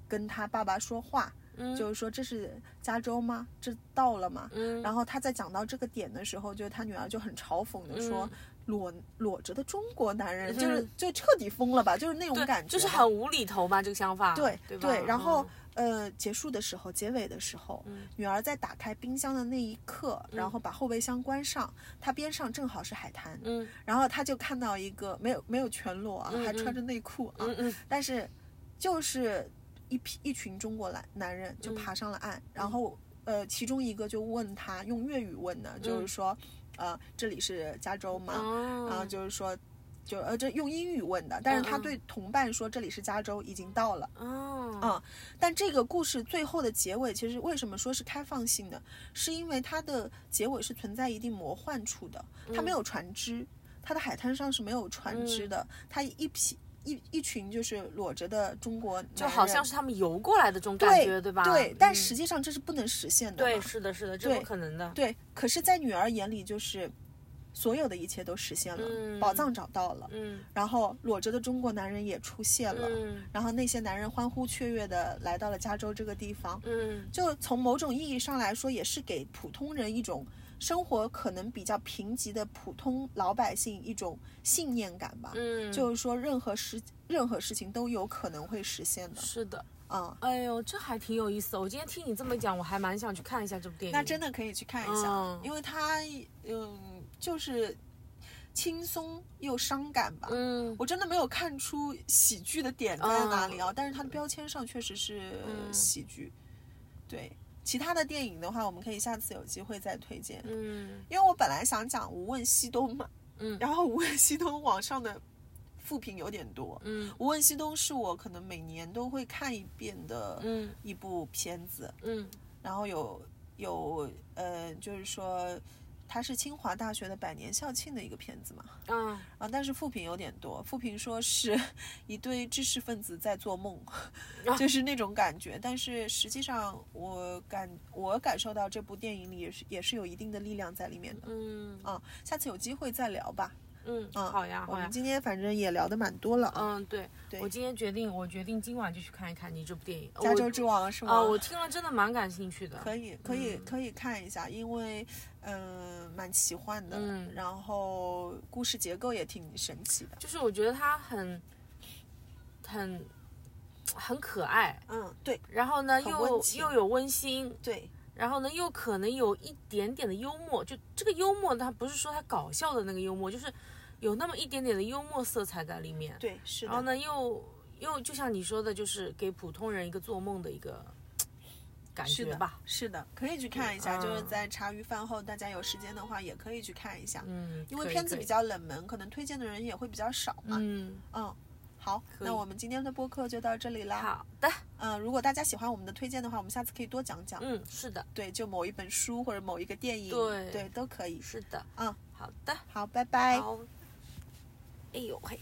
[SPEAKER 2] 跟她爸爸说话，
[SPEAKER 1] 嗯，
[SPEAKER 2] 就是说这是加州吗？这到了吗？
[SPEAKER 1] 嗯，
[SPEAKER 2] 然后他在讲到这个点的时候，就是他女儿就很嘲讽的说，
[SPEAKER 1] 嗯
[SPEAKER 2] 裸裸着的中国男人，
[SPEAKER 1] 嗯
[SPEAKER 2] 就是就彻底疯了吧，就是那种
[SPEAKER 1] 对
[SPEAKER 2] 感觉，
[SPEAKER 1] 就是很无厘头嘛，这个想法，
[SPEAKER 2] 对
[SPEAKER 1] 对吧
[SPEAKER 2] 然后、呃，结束的时候，结尾的时候，
[SPEAKER 1] 嗯
[SPEAKER 2] 女儿在打开冰箱的那一刻，然后把后备箱关上，她边上正好是海滩，
[SPEAKER 1] 嗯
[SPEAKER 2] 然后她就看到一个没有没有全裸啊，
[SPEAKER 1] 嗯
[SPEAKER 2] 还
[SPEAKER 1] 嗯
[SPEAKER 2] 穿着内裤啊，
[SPEAKER 1] 嗯嗯
[SPEAKER 2] 但是就是一批一群中国男男人
[SPEAKER 1] 嗯
[SPEAKER 2] 就爬上了岸，然后呃，其中一个就问他用粤语问的，就是说，呃，这里是加州吗？
[SPEAKER 1] 嗯，
[SPEAKER 2] 然后就是说。就呃，这用英语问的，但是他
[SPEAKER 1] 嗯嗯
[SPEAKER 2] 对同伴说这里是加州，已经到了。
[SPEAKER 1] 哦，
[SPEAKER 2] 但这个故事最后的结尾，其实为什么说是开放性的，是因为它的结尾是存在一定魔幻处的，它
[SPEAKER 1] 嗯
[SPEAKER 2] 没有船只，它的海滩上是没有船只的，它一批一一群就是裸着的中国男人，
[SPEAKER 1] 就好像是他们游过来的这种感
[SPEAKER 2] 对
[SPEAKER 1] 觉，对吧？
[SPEAKER 2] 对，但
[SPEAKER 1] 嗯
[SPEAKER 2] 实际上这是不能实现的嘛，
[SPEAKER 1] 对，是的，是的，这
[SPEAKER 2] 对
[SPEAKER 1] 不可能的。
[SPEAKER 2] 对，可是，在女儿眼里就是。所有的一切都实现了，
[SPEAKER 1] 嗯
[SPEAKER 2] 宝藏找到了，
[SPEAKER 1] 嗯
[SPEAKER 2] 然后裸着的中国男人也出现了，
[SPEAKER 1] 嗯
[SPEAKER 2] 然后那些男人欢呼雀跃的来到了加州这个地方，
[SPEAKER 1] 嗯
[SPEAKER 2] 就从某种意义上来说，也是给普通人一种生活可能比较贫瘠的普通老百姓一种信念感吧。
[SPEAKER 1] 嗯，
[SPEAKER 2] 就是说，任何事任何事情都有可能会实现的
[SPEAKER 1] 是的。
[SPEAKER 2] 啊、
[SPEAKER 1] 哎呦，这还挺有意思的。我今天听你这么讲，我还蛮想去看一下这部电影。
[SPEAKER 2] 那真的可以去看一下，
[SPEAKER 1] 嗯
[SPEAKER 2] 因为它嗯就是轻松又伤感吧。
[SPEAKER 1] 嗯，
[SPEAKER 2] 我真的没有看出喜剧的点在哪里啊，但是它的标签上确实是
[SPEAKER 1] 嗯
[SPEAKER 2] 喜剧。对，其他的电影的话，我们可以下次有机会再推荐。
[SPEAKER 1] 嗯
[SPEAKER 2] 因为我本来想讲《无问西东》嘛，
[SPEAKER 1] 嗯
[SPEAKER 2] 然后《无问西东》网上的负评有点多，
[SPEAKER 1] 嗯
[SPEAKER 2] 《无问西东》是我可能每年都会看一遍的
[SPEAKER 1] 嗯
[SPEAKER 2] 一部片子，
[SPEAKER 1] 嗯
[SPEAKER 2] 然后有有呃，就是说它是清华大学的百年校庆的一个片子嘛，
[SPEAKER 1] 啊，
[SPEAKER 2] 啊，但是负评有点多，负评说是一堆知识分子在做梦，
[SPEAKER 1] 啊
[SPEAKER 2] 就是那种感觉。但是实际上，我感我感受到这部电影里也是也是有一定的力量在里面的。
[SPEAKER 1] 嗯
[SPEAKER 2] 啊，下次有机会再聊吧。
[SPEAKER 1] 嗯，
[SPEAKER 2] 啊，
[SPEAKER 1] 好呀
[SPEAKER 2] 我
[SPEAKER 1] 好呀
[SPEAKER 2] 们。今天反正也聊得蛮多了啊。
[SPEAKER 1] 嗯，对，
[SPEAKER 2] 对
[SPEAKER 1] 我今天决定，我决定今晚就去看一看你这部电影。
[SPEAKER 2] 加
[SPEAKER 1] 我
[SPEAKER 2] 州之王是吗？
[SPEAKER 1] 啊、我听了真的蛮感兴趣的。
[SPEAKER 2] 可以可以
[SPEAKER 1] 嗯
[SPEAKER 2] 可以看一下，因为嗯、蛮奇幻的，
[SPEAKER 1] 嗯
[SPEAKER 2] 然后故事结构也挺神奇的。
[SPEAKER 1] 就是我觉得它很很很可爱，
[SPEAKER 2] 嗯，对
[SPEAKER 1] 然后呢
[SPEAKER 2] 很
[SPEAKER 1] 又
[SPEAKER 2] 温情
[SPEAKER 1] 又有温馨，
[SPEAKER 2] 对，
[SPEAKER 1] 然后呢，又可能有一点点的幽默，就这个幽默，它不是说它搞笑的那个幽默，就是有那么一点点的幽默色彩在里面。
[SPEAKER 2] 对是
[SPEAKER 1] 然后
[SPEAKER 2] 的，
[SPEAKER 1] 呢，又又就像你说的，就是给普通人一个做梦的一个感
[SPEAKER 2] 是
[SPEAKER 1] 觉
[SPEAKER 2] 的
[SPEAKER 1] 吧。
[SPEAKER 2] 是的，可以去看一下，
[SPEAKER 1] 嗯
[SPEAKER 2] 就是在茶余饭后，大家有时间的话也可以去看一下，
[SPEAKER 1] 嗯，
[SPEAKER 2] 因为
[SPEAKER 1] 可以
[SPEAKER 2] 片子
[SPEAKER 1] 可以
[SPEAKER 2] 比较冷门，可能推荐的人也会比较少嘛。
[SPEAKER 1] 嗯
[SPEAKER 2] 嗯好，
[SPEAKER 1] 可以
[SPEAKER 2] 那我们今天的播客就到这里啦。
[SPEAKER 1] 好的，
[SPEAKER 2] 嗯、如果大家喜欢我们的推荐的话，我们下次可以多讲讲。
[SPEAKER 1] 嗯是的
[SPEAKER 2] 对，就某一本书或者某一个电影，
[SPEAKER 1] 对
[SPEAKER 2] 都可以。
[SPEAKER 1] 是的，
[SPEAKER 2] 嗯，
[SPEAKER 1] 好的
[SPEAKER 2] 好，拜拜。
[SPEAKER 1] 好。哎呦嘿。